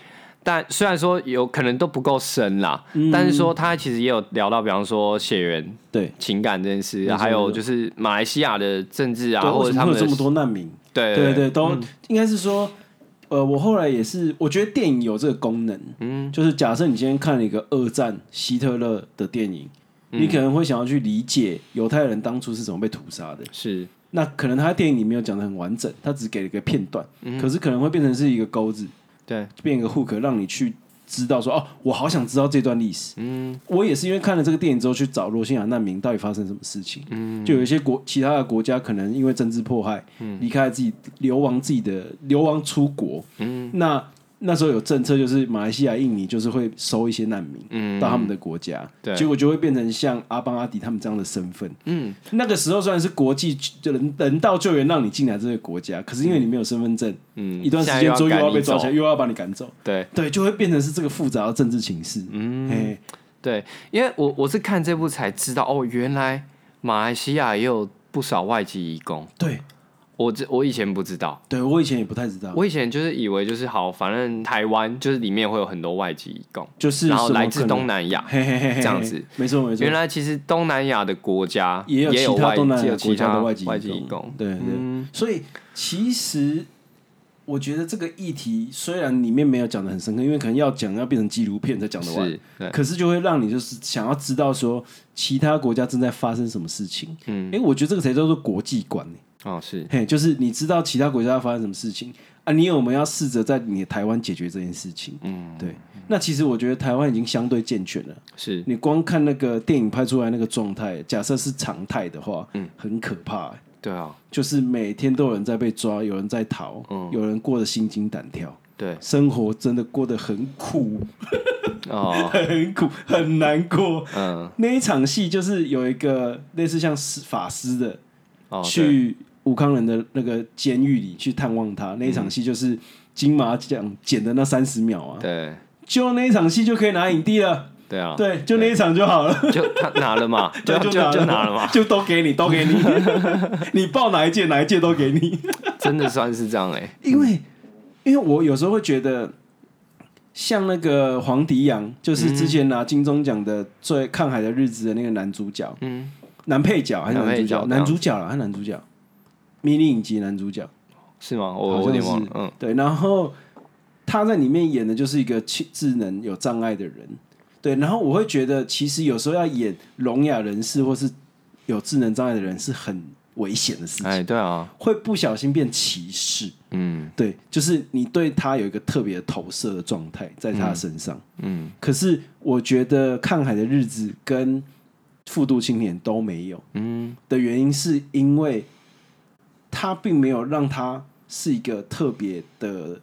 但虽然说有可能都不够深啦，
嗯
但是说他其实也有聊到，比方说血缘、
对，
情感这件事
没，错
还有就是马来西亚的政治啊，
对，
或
为
者
什么
他
会
们
有
的
这么多难民？
对
对对，都、应该是说，呃，我后来也是，我觉得电影有这个功能，嗯，就是假设你今天看了一个二战希特勒的电影，你可能会想要去理解犹太人当初是怎么被屠杀的。
是
那可能他在电影里没有讲的很完整，他只给了一个片段，可是可能会变成是一个钩子，
对
变一个 hook，让你去知道说，哦，我好想知道这段历史。嗯，我也是因为看了这个电影之后，去找罗兴亚难民到底发生什么事情。嗯，就有一些国其他的国家可能因为政治迫害，离开了自己流亡自己的流亡出国。嗯，那那时候有政策，就是马来西亚、印尼就是会收一些难民，嗯，到他们的国家，
对
结果就会变成像阿邦、阿迪他们这样的身份。嗯，那个时候虽然是国际人人道救援让你进来这个国家，可是因为你没有身份证，
嗯
一段时间之后又
现在又要
要被
赶你
抓起来，
走
又要把你赶走。
对
对，就会变成是这个复杂的政治情势。嗯，哎，
对，因为我我是看这部才知道哦，原来马来西亚也有不少外籍移工，
对，
我这我以前不知道。
对我以前也不太知道，
我以前就是以为就是好，反正台湾就是里面会有很多外籍移工，
就是
然后
什么
来自
可能
东南亚。
嘿嘿嘿嘿嘿
这样子，
没错没错
原。来其实东南亚的国家
也有
也
其他
外
东南
也
亚
有
国
其
家
他
的外籍
外籍移工嗯
工，，对对，所以其实我觉得这个议题虽然里面没有讲的很深刻，因为可能要讲要变成纪录片才讲得完，
是，对，
可是就会让你就是想要知道说其他国家正在发生什么事情。嗯，哎，我觉得这个才叫做国际观呢。
哦是，
嘿，就是你知道其他国家发生什么事情啊，你有没有要试着在你的台湾解决这件事情？嗯，对。那其实我觉得台湾已经相对健全了。
是
你光看那个电影拍出来那个状态，假设是常态的话，嗯，很可怕欸、
对啊，
就是每天都有人在被抓，有人在逃，有人过得心惊胆跳，
嗯对
生活真的过得很苦，
哦，
很苦，很难过。
嗯
那一场戏就是有一个类似像是法师的，
哦，对
去武康人的那个监狱里去探望他。那一场戏就是金马奖剪的那三十秒啊，
对
就那一场戏就可以拿影帝了。
对啊，
对，就那一场就好了。
就他拿 了嘛，
对，
对啊，就
拿
就拿了嘛，
就都给你，都给你， 你报哪一届哪一届都给你。
真的算是这样哎，
因为因为我有时候会觉得，像那个黄迪阳，就是
嗯
之前拿金钟奖的最《看海的日子》的那个男主角，
嗯，
男配角还是男主角？
男配角
男主角了，他男主角，迷你影集男主角。
是吗？
好
我
像
我有点忘了
是，
嗯，
对，然后他在里面演的就是一个气智能有障碍的人，对，然后我会觉得其实有时候要演聋哑人士或是有智能障碍的人是很危险的事情，
哎，对啊，
会不小心变歧视，
嗯
对，就是你对他有一个特别的投射的状态在他身上，
嗯，
可是我觉得《看海的日子》跟《复读青年》都没有，
嗯，
的原因是因为他并没有让他是一个特别的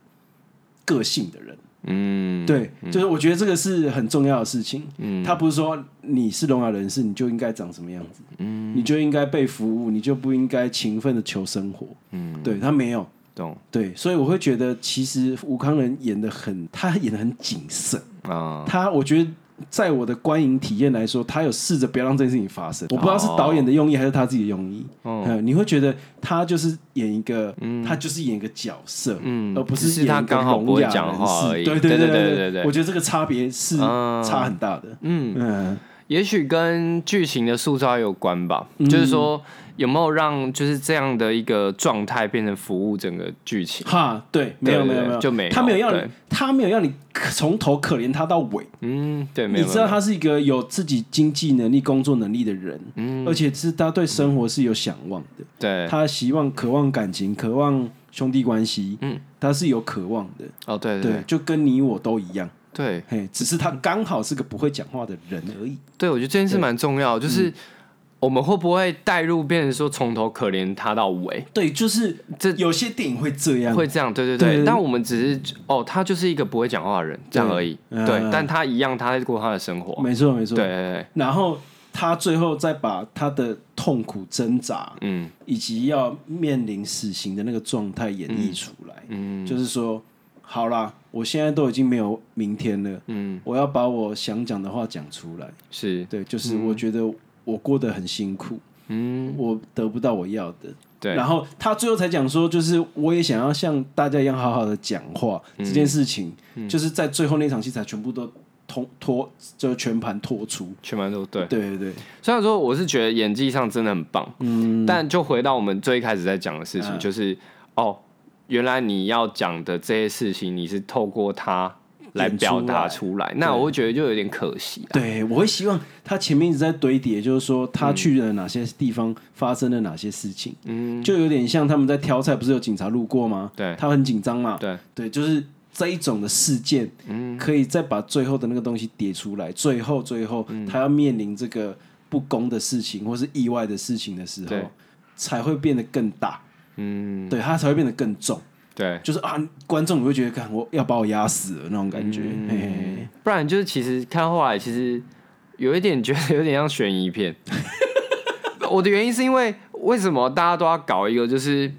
个性的人，嗯，对，就是我觉得这个是很重要的事情。嗯，他不是说你是聋哑人士，你就应该长什么样子，嗯，你就应该被服务，你就不应该勤奋的求生活。嗯，对他没有，
懂
对，所以我会觉得其实吴康仁演的很，他演的很谨慎。
啊？
他我觉得在我的观影体验来说，他有试着不要让这件事情发生。我不知道是导演的用意还是他自己的用意。
哦
嗯，你会觉得他就是演一个，他就是演一个角色，
嗯
而不
只是
演
他
一个
刚好不
聋
会
哑
讲
人
话
士
而已
对
对
对
对对对
对
对
我觉得这个差别是
啊
差很大的。
嗯，
嗯，
也许跟剧情的塑造有关吧，
嗯
就是说有没有让就是这样的一个状态变成服务整个剧情。
哈，对，没有
对
没
对
有没有，
就没有
他没有让
对
你，他没有让你从头可怜他到尾。
嗯，对，没
你
有，
知道
没有
他是一个有自己经济能力、工作能力的人，而且是他对生活是有想望的。
嗯对，
他希望、渴望感情、渴望兄弟关系，嗯，他是有渴望的，
哦，对
对
对，
就跟你我都一样，
对
嘿，只是他刚好是个不会讲话的人而已。
对，我觉得这件事蛮重要，就是
嗯
我们会不会带入，变成说从头可怜他到尾，
对，就是
这
有些电影会这样，
会这样？对对对，
对
但我们只是哦，他就是一个不会讲话的人，这样而已。
嗯
对，但他一样，他在过他的生活。
没错没错
对。对对，
然后他最后再把他的痛苦挣扎，
嗯
以及要面临死刑的那个状态演绎出来。
嗯
就是说，好啦，我现在都已经没有明天了，
嗯，
我要把我想讲的话讲出来。
是，
对，就是我觉得我过得很辛苦，
嗯，
我得不到我要的。
对
然后他最后才讲说，就是我也想要像大家一样好好的讲话、
嗯
这件事情，就是在最后那场戏才全部都通脱，就全盘托出。
全班都对。
对对对，
虽然说我是觉得演技上真的很棒，嗯，但就回到我们最一开始在讲的事情，
嗯
就是哦，原来你要讲的这些事情，你是透过他来
演出
表达
来
出来，那我会觉得就有点可惜啊。
对，我会希望他前面一直在堆叠，就是说他去了哪些地方，发生了哪些事情，嗯，就有点像他们在挑菜，不是有警察路过吗？
对
他很紧张嘛，
对，
对，就是这一种的事件，嗯，可以再把最后的那个东西叠出来，最后最后
嗯
他要面临这个不公的事情或是意外的事情的时候
对，
才会变得更大，
嗯，
对他才会变得更重，
对，
就是啊，观众你会觉得，看我要把我压死了那种感觉，
嗯
嘿嘿嘿。
不然就是其实看后来，其实有一点觉得有点像悬疑片。 我的原因是因为为什么大家都要搞一个就是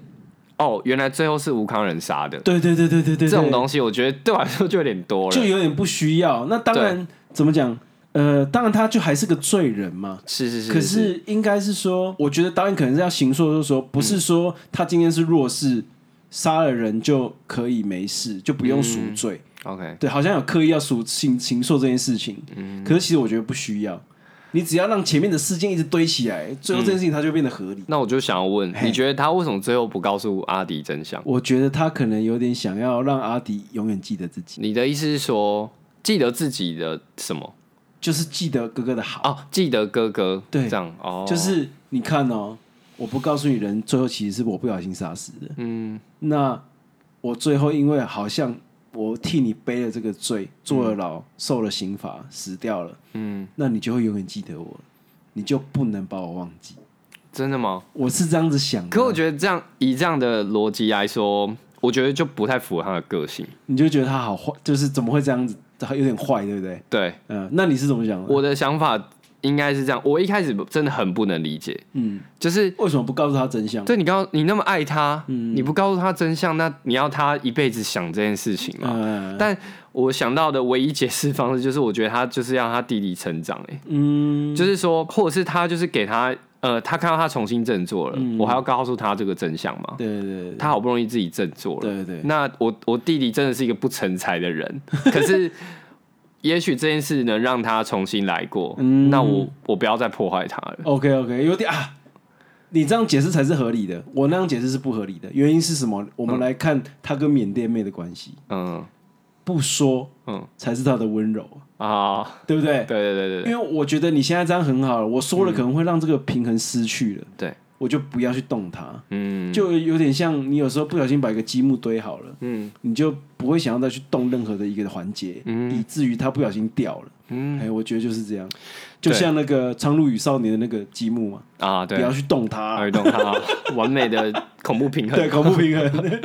哦，原来最后是吴康仁杀的
对对对对对对，
这种
对
东西，我觉得对我来说就有点多
就
了。
有点不需要。那当然怎么讲？呃，当然他就还是个罪人嘛。
是是是，
可是嗯应该是说，我觉得导演可能是要行说，就是说，不是说他今天是弱势，杀了人就可以没事，就不用赎罪。
OK，
对，好像有刻意要赎行行说这件事情。可是其实我觉得不需要，你只要让前面的事件一直堆起来，最后这件事情它就变得合理。
那我就想要问，你觉得他为什么最后不告诉阿迪真相？
我觉得他可能有点想要让阿迪永远记得自己，
你的意思是说，记得自己的什么？
就是记得哥哥的好。
哦，记得哥哥，
对
这样哦，
就是你看哦，我不告诉你人，最后其实是我不小心杀死的。
嗯，
那我最后因为好像我替你背了这个罪，坐了牢，受了刑罚，死掉了。嗯，那你就会永远记得我了，你就不能把我忘记。
真的吗？
我是这样子想的，
可我觉得这样以这样的逻辑来说，我觉得就不太符合他的个性。
你就觉得他好坏，就是怎么会这样子，他有点坏，对不对？
对，
嗯，那你是怎么想的？
我的想法应该是这样。我一开始真的很不能理解，
嗯，
就是
为什么不告诉他真相？
对你告你那么爱他，
嗯
你不告诉他真相，那你要他一辈子想这件事情吗？
嗯
但我想到的唯一解释方式就是，我觉得他就是让他弟弟成长、欸，
嗯，
就是说，或者是他就是给他，呃，他看到他重新振作了，我还要告诉他这个真相吗？
嗯对对对
他好不容易自己振作了，
对对对，
那我我弟弟真的是一个不成才的人，可是也许这件事能让他重新来过，
嗯
那我我不要再破坏他了。
OK OK，有点啊，你这样解释才是合理的，我那样解释是不合理的。原因是什么？我们来看他跟缅甸妹的关系，
嗯
不说
嗯
才是他的温柔，
啊，
对不对？
对对对对
因为我觉得你现在这样很好了，我说了可能会让这个平衡失去了。
对，
我就不要去动它。嗯，就有点像你有时候不小心把一个积木堆好了，嗯，你就不会想要再去动任何的一个环节，以至于它不小心掉了。嗯，哎，我觉得就是这样，就像那个《苍鹭与少年》的那个积木嘛，
啊，
不
对，
要去动它，
耳洞它完美的恐怖平衡，嗯
对，恐怖平 衡，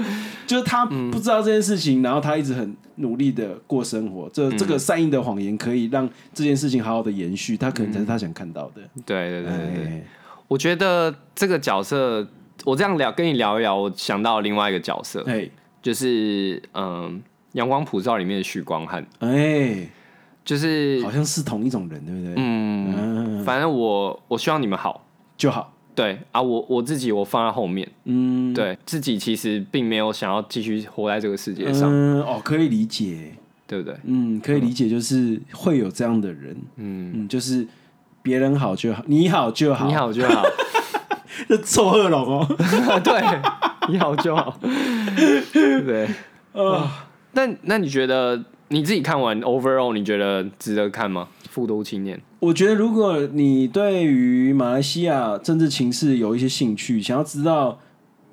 就是他不知道这件事情，然后他一直很努力的过生活。
嗯
这这个善意的谎言可以让这件事情好好的延续，他可能才是他想看到的。
对对对对对，
哎
我觉得这个角色，我这样聊跟你聊一聊，我想到另外一个角色，
哎
就是嗯，《阳光普照》里面的许光汉，
哎，
就是
好像是同一种人，对不对？
嗯，
嗯，
反正我我希望你们好，
就好。
对啊，我我自己我放在后面，
嗯，
对自己其实并没有想要继续活在这个世界上，
嗯，哦，可以理解。
对不对？
嗯，可以理解，就是会有这样的人。
嗯，
嗯，就是别人好就好，你好就好。
你，好就好，
这臭恶龙哦。
对，你好就好，对。
啊，
那那你觉得你自己看完 overall，你觉得值得看吗？《复读青年》
我觉得，如果你对于马来西亚政治情势有一些兴趣，想要知道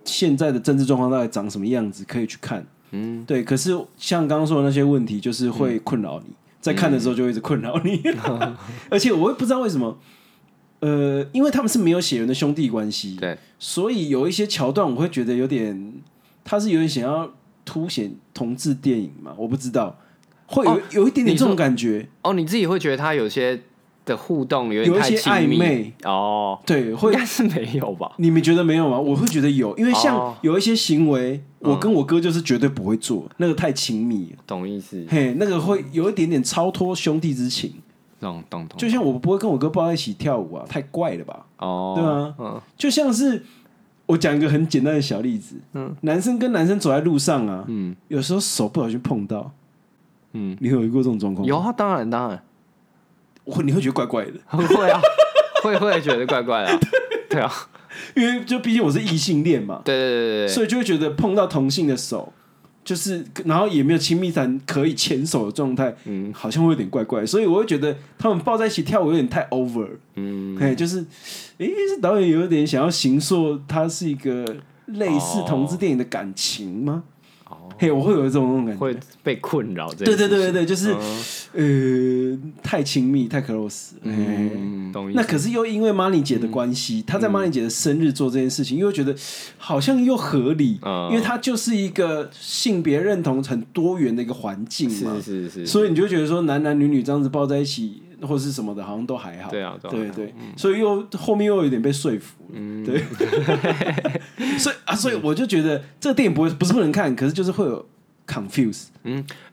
现在的政治状况到底长什么样子，可以去看。嗯，对。可是像刚刚说的那些问题，就是会困扰你，在看的时候就会一直困扰 你，而且我也不知道为什么。呃，因为他们是没有血缘的兄弟关系，
对，
所以有一些桥段我会觉得有点，他是有点想要凸显同志电影嘛，我不知道，会有、
哦
有一点点
你
这
说
种感觉。
哦，你自己会觉得他有些的互动有点
有一
太
些
亲
暧
密
昧
哦，
对，会
应该是没有吧？
你们觉得没有吗？我会觉得有，因为像
哦嗯
有一些行为，我跟我哥就是绝对不会做，那个太亲密了，
懂意思，
嘿，那个会有一点点超脱兄弟之情。
懂懂懂，
就像我不会跟我哥抱在一起跳舞啊，太怪了吧？
哦，
对啊
嗯，
就像是我讲一个很简单的小例子，嗯，男生跟男生走在路上啊，嗯，有时候手不小心碰到，嗯，你有遇过这种状况？
有，啊，当然当然，
我你会觉得怪怪的，
会啊，会会觉得怪怪的啊，对啊，
因为就毕竟我是异性恋嘛，
对对对对对，
所以就会觉得碰到同性的手，就是然后也没有亲密感可以牵手的状态，嗯，好像会有点怪怪，所以我会觉得他们抱在一起跳舞有点太 over，嗯，哎，就是，诶，是导演有点想要形塑它是一个类似同志电影的感情吗？
哦，
嘿，我会有一种那种感觉，
会被困扰这件
对对
事
对对
情，
对，就是、嗯呃，太亲密，太 close，了哎
嗯，懂意嗯
那
思，
可是又因为 Money 姐的关系，她在 Money 姐的生日做这件事情，又觉得好像又合理，
嗯
因为它就是一个性别认同很多元的一个环境嘛，
是是是是，
所以你就觉得说男男女女这样子抱在一起或是什么的，好像都还好。
对啊对啊
对对，所以又后面又有点被说服了，
嗯
对。所以啊，所以我就觉得这个电影不会不是不能看，可是就是会有 confuse。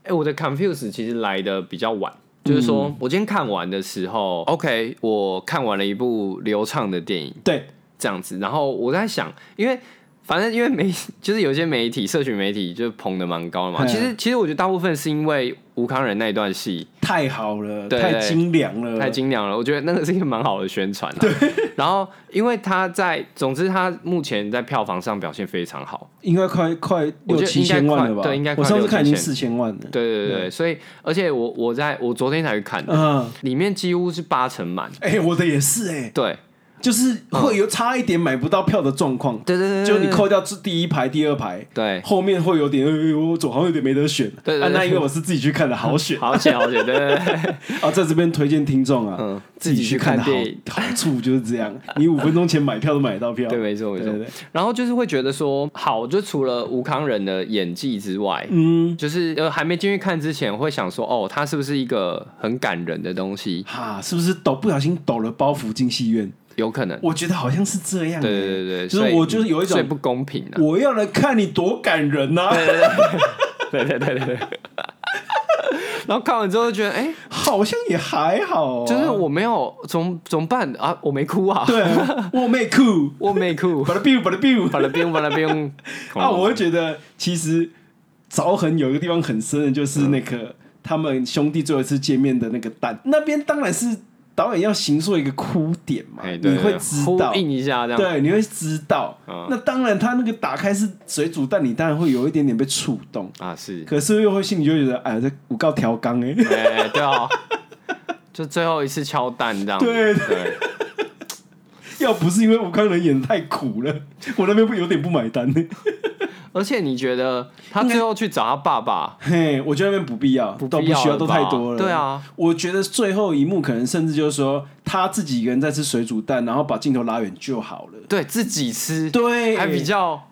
哎、我的 confuse 其实来的比较晚，就是说、我今天看完的时候，OK，我看完了一部流畅的电影，
对，
这样子，然后我在想，因为反正因为媒 就是有些媒体、社群媒体就捧的蛮高的嘛，
嗯
其实其实我觉得大部分是因为吴康仁那一段戏
太好了，
对
太精良了，
太精良了，我觉得那个是一个蛮好的宣传、啊， 然后因为他在，总之他目前在票房上表现非常好，
应该快快
我
六
觉得
七千万了吧？
应该快对应该快
我上次看已经
六
四千万了。
对对对，对所以而且我我在我昨天才去看的，
嗯，
里面几乎是八成满，
哎、我的也是哎、
对。
就是会有差一点买不到票的状况，
对对对，
就你扣掉这第一排、第二排，
嗯对，
后面会有点，哎我走好像有点没得选。
对对对
啊，那因为我是自己去看的，好选
好险好险，对对 对，
啊，在这边推荐听众啊，
嗯
自己去看的
自己去看电影
好好处就是这样，你五分钟前买票都买得到票，
对没错没
对
错
对。对，
然后就是会觉得说，好，就除了吴康仁的演技之外，
嗯，
就是呃还没进去看之前会想说，哦，他是不是一个很感人的东西？
哈，是不是抖不小心抖了包袱进戏院？
有可能，
我觉得好像是这样、欸，
对对对对，
就是
所以
我就是有一种
所以不公平啊的、
我要来看你多感人呐、啊，
对对对对对。然后看完之后就觉得，哎、
好像也还好、啊，
就是我没有怎么怎么办啊？我没哭啊，
对啊，我妹酷，
我没哭，
把它 biu 把它 biu
巴拉冰巴拉冰。
啊！我会觉得其实凿痕有一个地方很深的，就是那个、他们兄弟最后一次见面的那个蛋，那边当然是导演要形塑一个哭点嘛，
哎，对对
你会
对
知
呼
道。
应一下这样，
对，你会知道。
嗯
那当然，他那个打开是水煮蛋，你当然会有一点点被触动，
啊 是，
可是又会心里就会觉得，哎，这五告调缸哎，
哎、对啊，就最后一次敲蛋这样。
对
对，
要不是因为吴康仁演的太苦了，我那边会有点不买单呢。
而且你觉得他最后去找他爸爸，
嘿，我觉得那边不必要，
不
都
必
不需要，
要了
都
吧
太多了。
对啊，
我觉得最后一幕可能甚至就是说他自己一个人在吃水煮蛋，然后把镜头拉远就好了。
对自己吃，
对，
还比较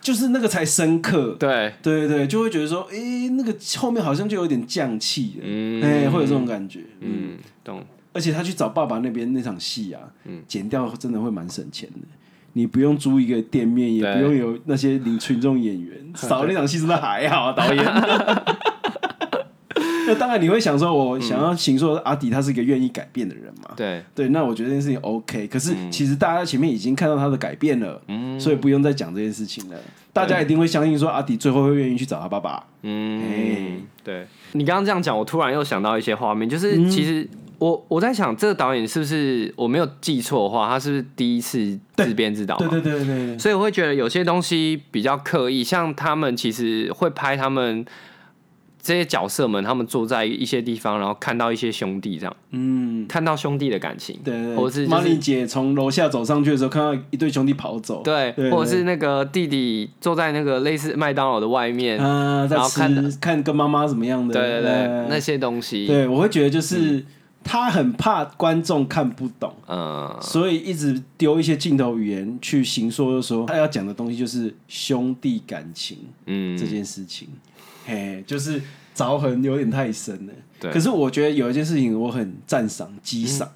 就是那个才深刻。
对，
对对对，就会觉得说，诶、那个后面好像就有点降气了，哎、
嗯
会有这种感觉。嗯，
嗯，懂，
而且他去找爸爸那边那场戏啊，
嗯
剪掉真的会蛮省钱的。你不用租一个店面，也
对
不用有那些领群众演 员，少那场戏真的还好、啊，导演。 那当然你会想说，
嗯
我想要行说阿迪他是一个愿意改变的人嘛？
对，
对，那我觉得这件事情 OK。可
嗯
是其实大家前面已经看到他的改变了，所以不用再讲这件事情了。大家一定会相信说阿迪最后会愿意去找他爸爸。
嗯
哎，
对你刚刚这样讲，我突然又想到一些画面，就是
嗯
其实我我在想，这个导演是不是我没有记错的话，他是不是第一次自编自导嘛？
对对对对对，
所以我会觉得有些东西比较刻意，像他们其实会拍他们这些角色们，他们坐在一些地方，然后看到一些兄弟这样，
嗯，
看到兄弟的感情，
对对
或是
对。
就
玛丽
是
姐从楼下走上去的时候，看到一对兄弟跑走，
对，
对
或者是那个弟弟坐在那个类似麦当劳的外面，
啊，在
然后
吃
看
看跟妈妈怎么样的。
对对嗯对，那
对，
些东西，
对我会觉得就是、他很怕观众看不懂。
嗯，
所以一直丢一些镜头语言去行说，就说他要讲的东西就是兄弟感情，
嗯
这件事情，嘿，就是凿痕有点太深了。
对嗯
可是我觉得有一件事情我很赞赏、激赏，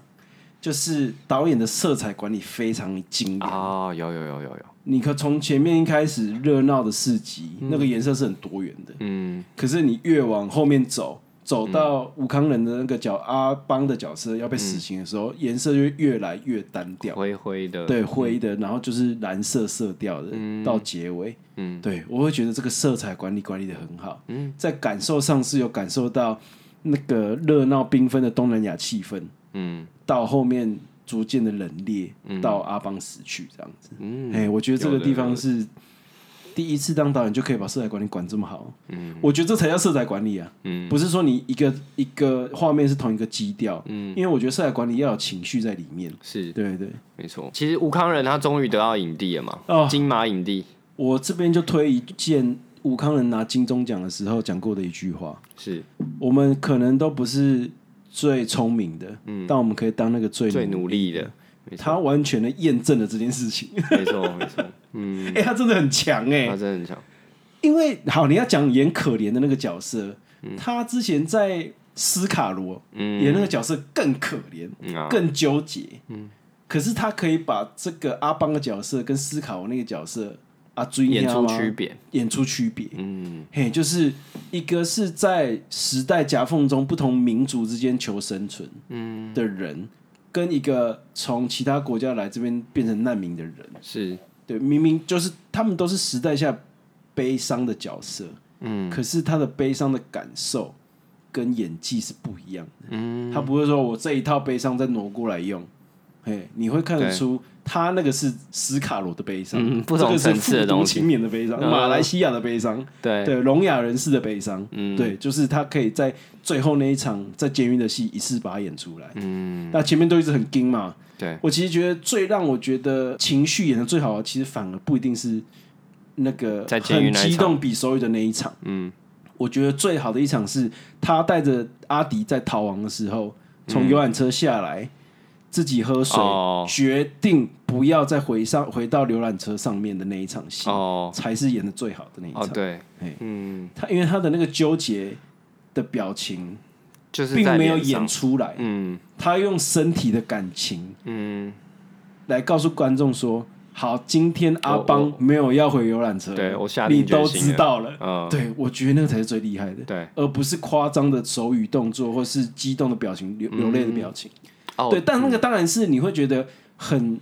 就是导演的色彩管理非常精良。
哦，有有有有有，
你可从前面一开始热闹的市集，那个颜色是很多元的，
嗯，
可是你越往后面走。走到武康人的那个角阿邦的角色要
嗯
被死刑的时候，颜色就越来越单调。
灰灰的，嗯
对灰的，然后就是蓝色色调的，到结尾，
嗯，
对我会觉得这个色彩管理管理的很好，嗯，在感受上是有感受到那个热闹缤纷的东南亚气氛，
嗯
到后面逐渐的冷冽，到阿邦死去这样子，
嗯，
哎、我觉得这个
有的
地
有
方是第一次当导演就可以把色彩管理管这么好，嗯，我觉得这才叫色彩管理啊，
嗯，
不是说你一个一个画面是同一个基调，嗯，因为我觉得色彩管理要有情绪在里面，
是
对对。
没错。其实吴康仁他终于得到影帝了嘛，
哦
金马影帝
我这边就推一件武康人拿金钟奖的时候讲过的一句话：
是
我们可能都不是最聪明的，但我们可以当那个最
嗯最努
力。
力的，没错
他完全的验证了这件事情，
没错，没错，嗯，
哎、他真的很强哎、
他真的很强，
因为好，你要讲演可怜的那个角色，他之前在斯卡罗、
嗯
演那个角色更可怜，
嗯啊，
更纠结。嗯，可是他可以把这个阿邦的角色跟斯卡罗那个角色啊，追
演
你知道
出
吗
区别，
演出区别。
嗯
嘿，就是一个是在时代夹缝中不同民族之间求生存
嗯，
的人，跟一个从其他国家来这边变成难民的人，
是，
对，明明就是他们都是时代下悲伤的角色，
嗯
可是他的悲伤的感受跟演技是不一样的，
嗯，
他不会说我这一套悲伤再挪过来用，嘿，你会看得
对
出他那个是斯卡罗的悲伤，
嗯不
这
同
个
层
是
次的
复读
东西
青年的悲伤，
嗯
马来西亚的悲伤，
对，
对聋哑人士的悲伤，
嗯
对，就是他可以在最后那一场在监狱的戏一次把它演出来。
嗯，
那前面都一直很惊嘛，
对，
我其实觉得最让我觉得情绪演的最好的，其实反而不一定是那个
在监狱
很
那一场
激动比手语的那一场。
嗯，
我觉得最好的一场是他带着阿迪在逃亡的时候，从游览车下来。自己喝水，
嗯哦
决定不要再回上回到游览车上面的那一场戏，
哦
才是演的最好的那一场。
哦，对
嘿，
嗯，
他因为他的那个纠结的表情，
就是
并
在
没有
脸
演
上，
出来，
嗯
他用身体的感情
嗯，
来告诉观众说：“好，今天阿邦
我
没有要回游览车，
对我下
你
定决
都
心
知道了。
嗯，
对，我觉得那个才是最厉害的，
对，
而不是夸张的手语动作或是激动的表情、流流泪的表情。
嗯哦，
对，但那个当然是你会觉得很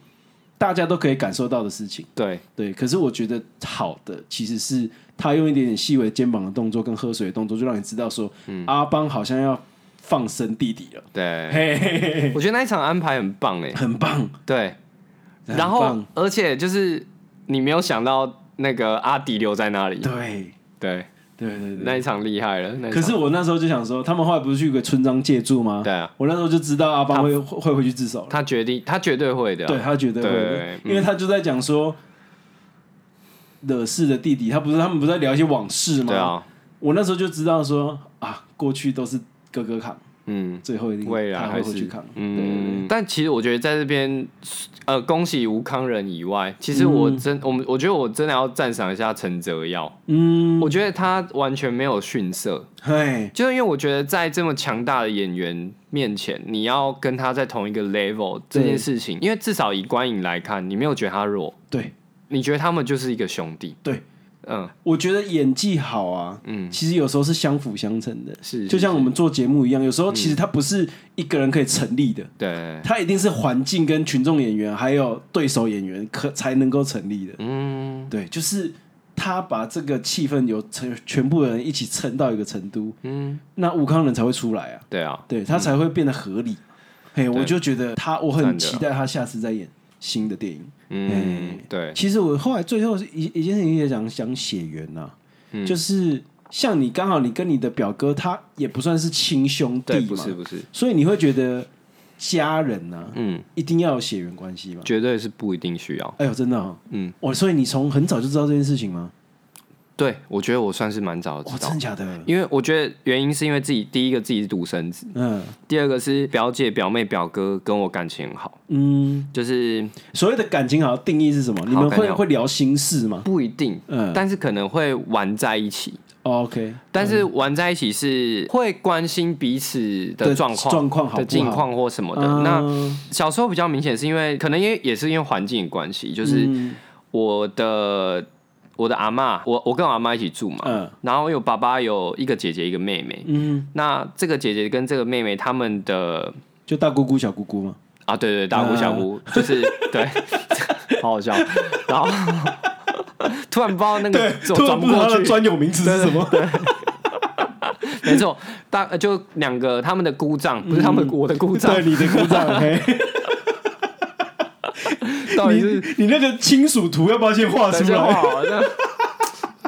大家都可以感受到的事情。
对，
对，可是我觉得好的其实是他用一点点细微肩膀的动作跟喝水的动作，就让你知道说，
嗯
阿邦好像要放生弟弟了，
对，
嘿嘿嘿嘿，
我觉得那一场安排很棒诶，
很棒。
对，
很
然后
棒
而且就是你没有想到那个阿迪留在那里，
对，
对，
对对对。
那一场厉害了。那一
可是
场
我那时候就想说，他们后来不是去一个村庄借住吗？
对啊，
我那时候就知道阿邦会会回去自首了，
他决定，他绝对会的啊、
对他绝对会
对
的，因为他就在讲说惹事的弟弟，他不是他们不是在聊一些往事
对
吗？
啊，
我那时候就知道说啊，过去都是哥哥扛，
嗯，
最后一定
未来
他会
还
回
是
去扛，对对对
嗯，但其实我觉得在这边，呃，恭喜吴康仁以外，其实我
嗯
真，我们我觉得我真的要赞赏一下陈泽耀，
嗯，
我觉得他完全没有逊色，
嘿，
就是因为我觉得在这么强大的演员面前，你要跟他在同一个 level 这
对
件事情，因为至少以观影来看，你没有觉得他弱，
对
你觉得他们就是一个兄弟，
对，
嗯
我觉得演技好啊，
嗯，
其实有时候是相辅相成的，
是是
就像
是
我们做节目一样，有时候其实它不是一个人可以成立
嗯
的，
对，
它一定是环境跟群众演员还有对手演员可才能够成立的。
嗯
对，就是他把这个气氛有成全部人一起撑到一个程度，
嗯，
那吴康仁才会出来啊，
对啊，
对他才会变得合理。嘿，我就觉得他，我
赞
很
的
期待他下次再演新的电影。
嗯
哎
对，
其实我后来最后是一一件事情也想想血缘呐、
嗯
就是像你刚好你跟你的表哥，他也不算是亲兄弟
对，
嘛，
不是不是，
所以你会觉得家人呐、
嗯，
一定要有血缘关系嘛？
绝对是不一定需要。
哎呦，真的、哦，
嗯，
我所以你从很早就知道这件事情吗？
对，我觉得我算是蛮早
哇，
知
真
道
的，假的？
因为我觉得原因是因为自己第一个自己是独生子，
嗯
第二个是表姐、表妹、表哥跟我感情很好，
嗯，
就是
所谓的感情好定义是什么？你们
感情
会
好
会聊心事吗？
不一定，
嗯哦
但是可能会玩在一起，
，OK，
但是玩在一起是会关心彼此的
的
状况、
状况好不好
的近况或什么的。
嗯
呃那小时候比较明显，是因为可能因为也是因为环境的关系，就是
嗯
我的、我的阿嬷，我我跟我阿嬷一起住嘛，
嗯
然后因为我爸爸有一个姐姐一个妹妹，
嗯，
那这个姐姐跟这个妹妹她们的
就大姑姑小姑姑嘛，
啊，对对，大
嗯
姑小姑、就是对， 好好笑。然后突然不知道那个怎么转 不
突然
过
知道它的
去，
专有名词是什么？
没错，大呃就两个他们的姑丈，不是他们我的姑丈
嗯对，，你的鼓 掌，嘿，
到底是
你你那个亲属图要不要先画
谁
出
说
来？
好那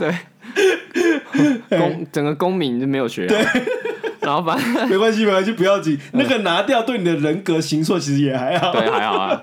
对，公整个公民就没有学好，然后反正
没关系，没关系，不要紧。那个拿掉对你的人格形塑其实也还好。
嗯 对，还好啊。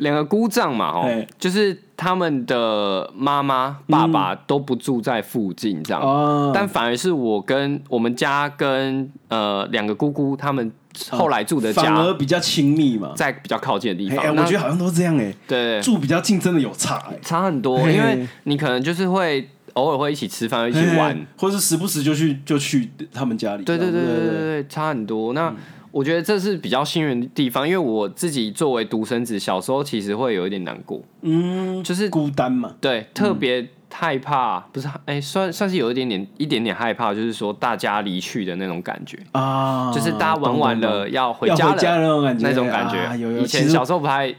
两个姑丈嘛，哦
嘿，
就是他们的妈妈、爸爸都不住在附近这样，
嗯哦，
但反而是我跟我们家跟呃两个姑姑他们后来住的
反而
家，
比较亲密嘛。
在比较靠近的地
哎，
方。
哎
那
我觉得好像都这样哎，
对
住比较近真的有差哎，
差很多，
嘿
因为你可能就是会偶尔会一起吃饭，会一起玩
嘿，嘿，或是时不时就去就去他们家里。
对对
这
对
样
对对对，差很多。那
嗯
我觉得这是比较幸运的地方，因为我自己作为独生子，小时候其实会有一点难过，
嗯，
就是
孤单嘛，
对，特别害怕，不是哎、算算是有一点点一点点害怕，就是说大家离去的那种感觉，
啊，
就是大家玩完了要回
懂懂懂
家
要
了
回家的那种感觉，
那种感觉。
啊有有，
以前
其实
小时候不太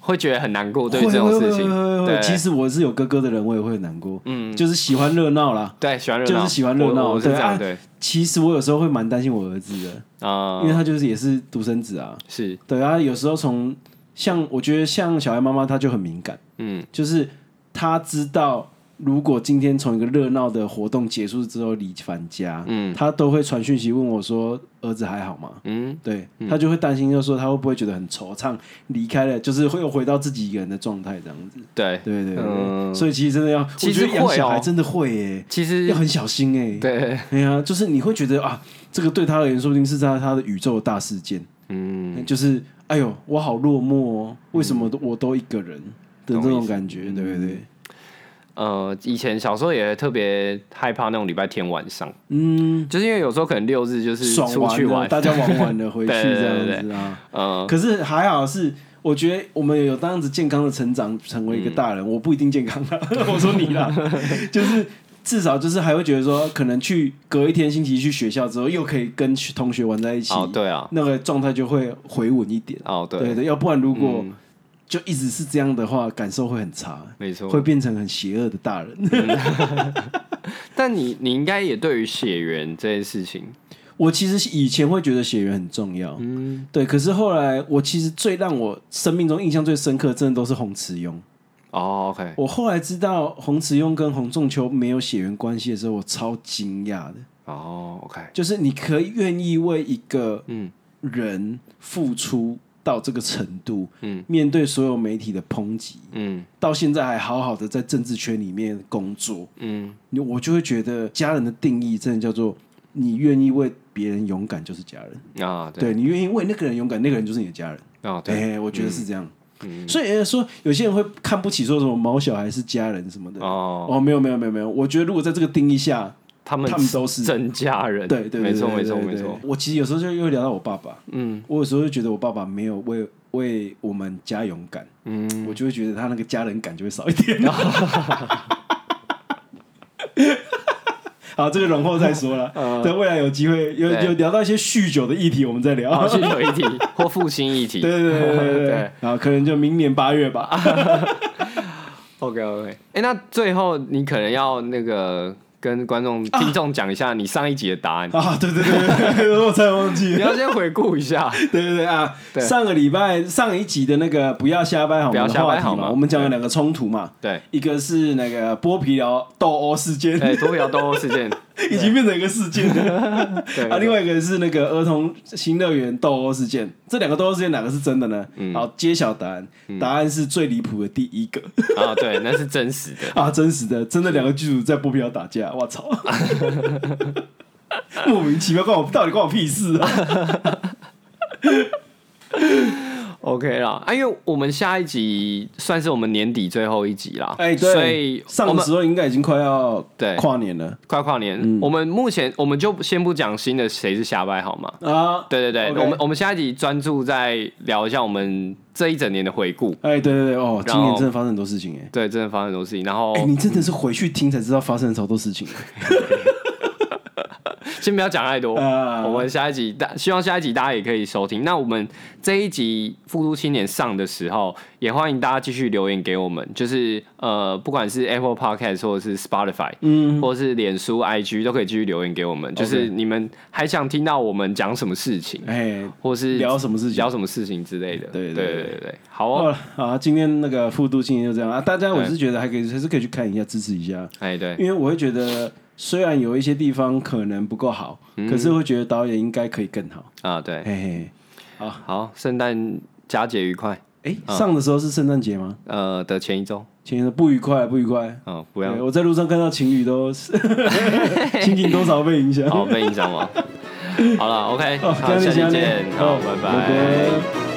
会觉得很难过，对于
会
这种
会
事
会会
情，
会
对，
其实我是有哥哥的人，我也会很难过，
嗯，
就是喜欢热闹啦。
对，喜欢热
就
闹，
是喜欢热闹
我我是
对
这样
啊
对
其实我有时候会蛮担心我儿子的，
啊
因，为他就是也是独生子啊，
是
对啊，有时候从像我觉得像小孩妈妈，她就很敏感，
嗯
就是她知道。如果今天从一个热闹的活动结束之后离返家，
嗯
她都会传讯息问我说：“儿子还好吗？”
嗯
对他就会担心，就说他会不会觉得很惆怅，离开了，就是会又回到自己一个人的状态这样子。
对，
对对对，
嗯
所以其实真的要，
其实
我觉得养
会哦
小孩真的会耶、
其实
要很小心哎、
对，
对呀、就是你会觉得啊，这个对他而言，说不定是在他的宇宙的大事件，
嗯
就是哎呦，我好落寞哦，为什么都我都一个人的
懂
这
意
种
思
感觉，对不对？
呃，以前小时候也特别害怕那种礼拜天晚上，
嗯，
就是因为有时候可能六日就是
爽
出去
完了，
玩，
大家玩完了回去
对对对
这样
对
子啊。
呃，
可是还好是，我觉得我们有这样子健康的成长，成为一个大人，
嗯
我不一定健康 啊。我说你啦，就是至少就是还会觉得说，可能去隔一天星期去学校之后，又可以跟同学玩在一起，
哦，对啊，
那个状态就会回稳一点。
哦，
对
对，
对，要不然如果
嗯
就一直是这样的话，感受会很差，
没错，
会变成很邪恶的大人。
但你你应该也对于血缘这件事情，
我其实以前会觉得血缘很重要，
嗯，
对，可是后来我其实最让我生命中印象最深刻，真的都是洪慈庸。
哦，OK，
我后来知道洪慈庸跟洪仲秋没有血缘关系的时候，我超惊讶的。
哦，OK，
就是你可以愿意为一个
嗯
人付出到这个程度，
嗯
面对所有媒体的抨击，
嗯
到现在还好好的在政治圈里面工作，
嗯，
你我就会觉得家人的定义真的叫做你愿意为别人勇敢就是家人，
啊，对，
对你愿意为那个人勇敢，那个人就是你的家人。
啊，对，嗯
哎，我觉得是这样。所以呃说有些人会看不起说什么毛小孩是家人什么的。
哦，
哦，没有没有没有没有，我觉得如果在这个定义下，
他们
他们都是
真家人，
对对对，
没错
对
没错
对
没
对
错，
我其实有时候就又聊到我爸爸，
嗯
我有时候就觉得我爸爸没有为为我们家勇敢，
嗯，
我就会觉得他那个家人感就会少一点。 好，这个容后再说 了。对，未来有机会有
嗯对哦
有聊到一些酗酒的议题，我们再聊。
好，去有一题或复兴一题，
对对对对对
对
对，然后可能就明年八月吧。
OK OK，哎、那最后你可能要那个跟观众、听众讲一下你上一集的答案，
啊，对对对对，我才忘 记
你
了。
要先回顾一下。
对对对啊，
对
上个礼拜上一集的那个不要瞎掰好吗？
不要瞎掰好
的话题
吗
嘛我们讲了两个冲突嘛，
对，
一个是那个剥皮寮斗殴事件，
哎、脱票斗殴事 件，
已经变成一个事件了
对，
啊，另外一个是那个儿童新乐园斗殴事件，这两个斗殴事件哪个是真的呢？
嗯
好，揭晓答案，答案是最离谱的第一个
啊，对，那是真实的，
啊，真实的，真的两个剧组在剥皮寮打架，我 操！莫名其妙，关我到底关我屁事啊！
OK 啦，啊，因为我们下一集算是我们年底最后一集啦，
哎，对，
所以我
上的
们
时候应该已经快要
对
跨年了
快跨年，
嗯
我们目前我们就先不讲新的谁是瞎掰好吗？
啊。
对对对
OK
我们我们下一集专注在聊一下我们这一整年的回顾，
哎，对对对，哦，
然
今
后哦
年真的发生很多事情哎。
对，真的发生很多事情，然后
哎，你真的是回去听才知道发生了超多事情
先不要讲太多，
啊
我们下一集大希望下一集大家也可以收听。那我们这一集《复读青年》上的时候，也欢迎大家继续留言给我们，就是呃，不管是 Apple Podcast 或者是 Spotify，嗯，或者是脸书、IG 都可以继续留言给我们。就是你们还想听到我们讲什么事情，
哎。
或是
聊什么事情
聊什么事情之类的。
对
对
对
对
对
对对，好
好
哦，
了，好，今天那个复读青年就这样啊。大家，我
对
是觉得还可以，还是可以去看一下，支持一下，
哎对，
因为我会觉得，虽然有一些地方可能不够好，可是会觉得导演应该可以更好。
啊嗯对，
嘿嘿，
好，圣诞佳节愉快。
哎，上的时候是圣诞节吗？
呃的前一周，
前天不愉快，不愉快。
嗯，不要
对我在路上看到情侣都 心情多少被影
哦
响。
好被影响吗？好了，OK，
哦，
好，
这样
下
就
期
行
见
嘞，
好，
哦
拜拜。
拜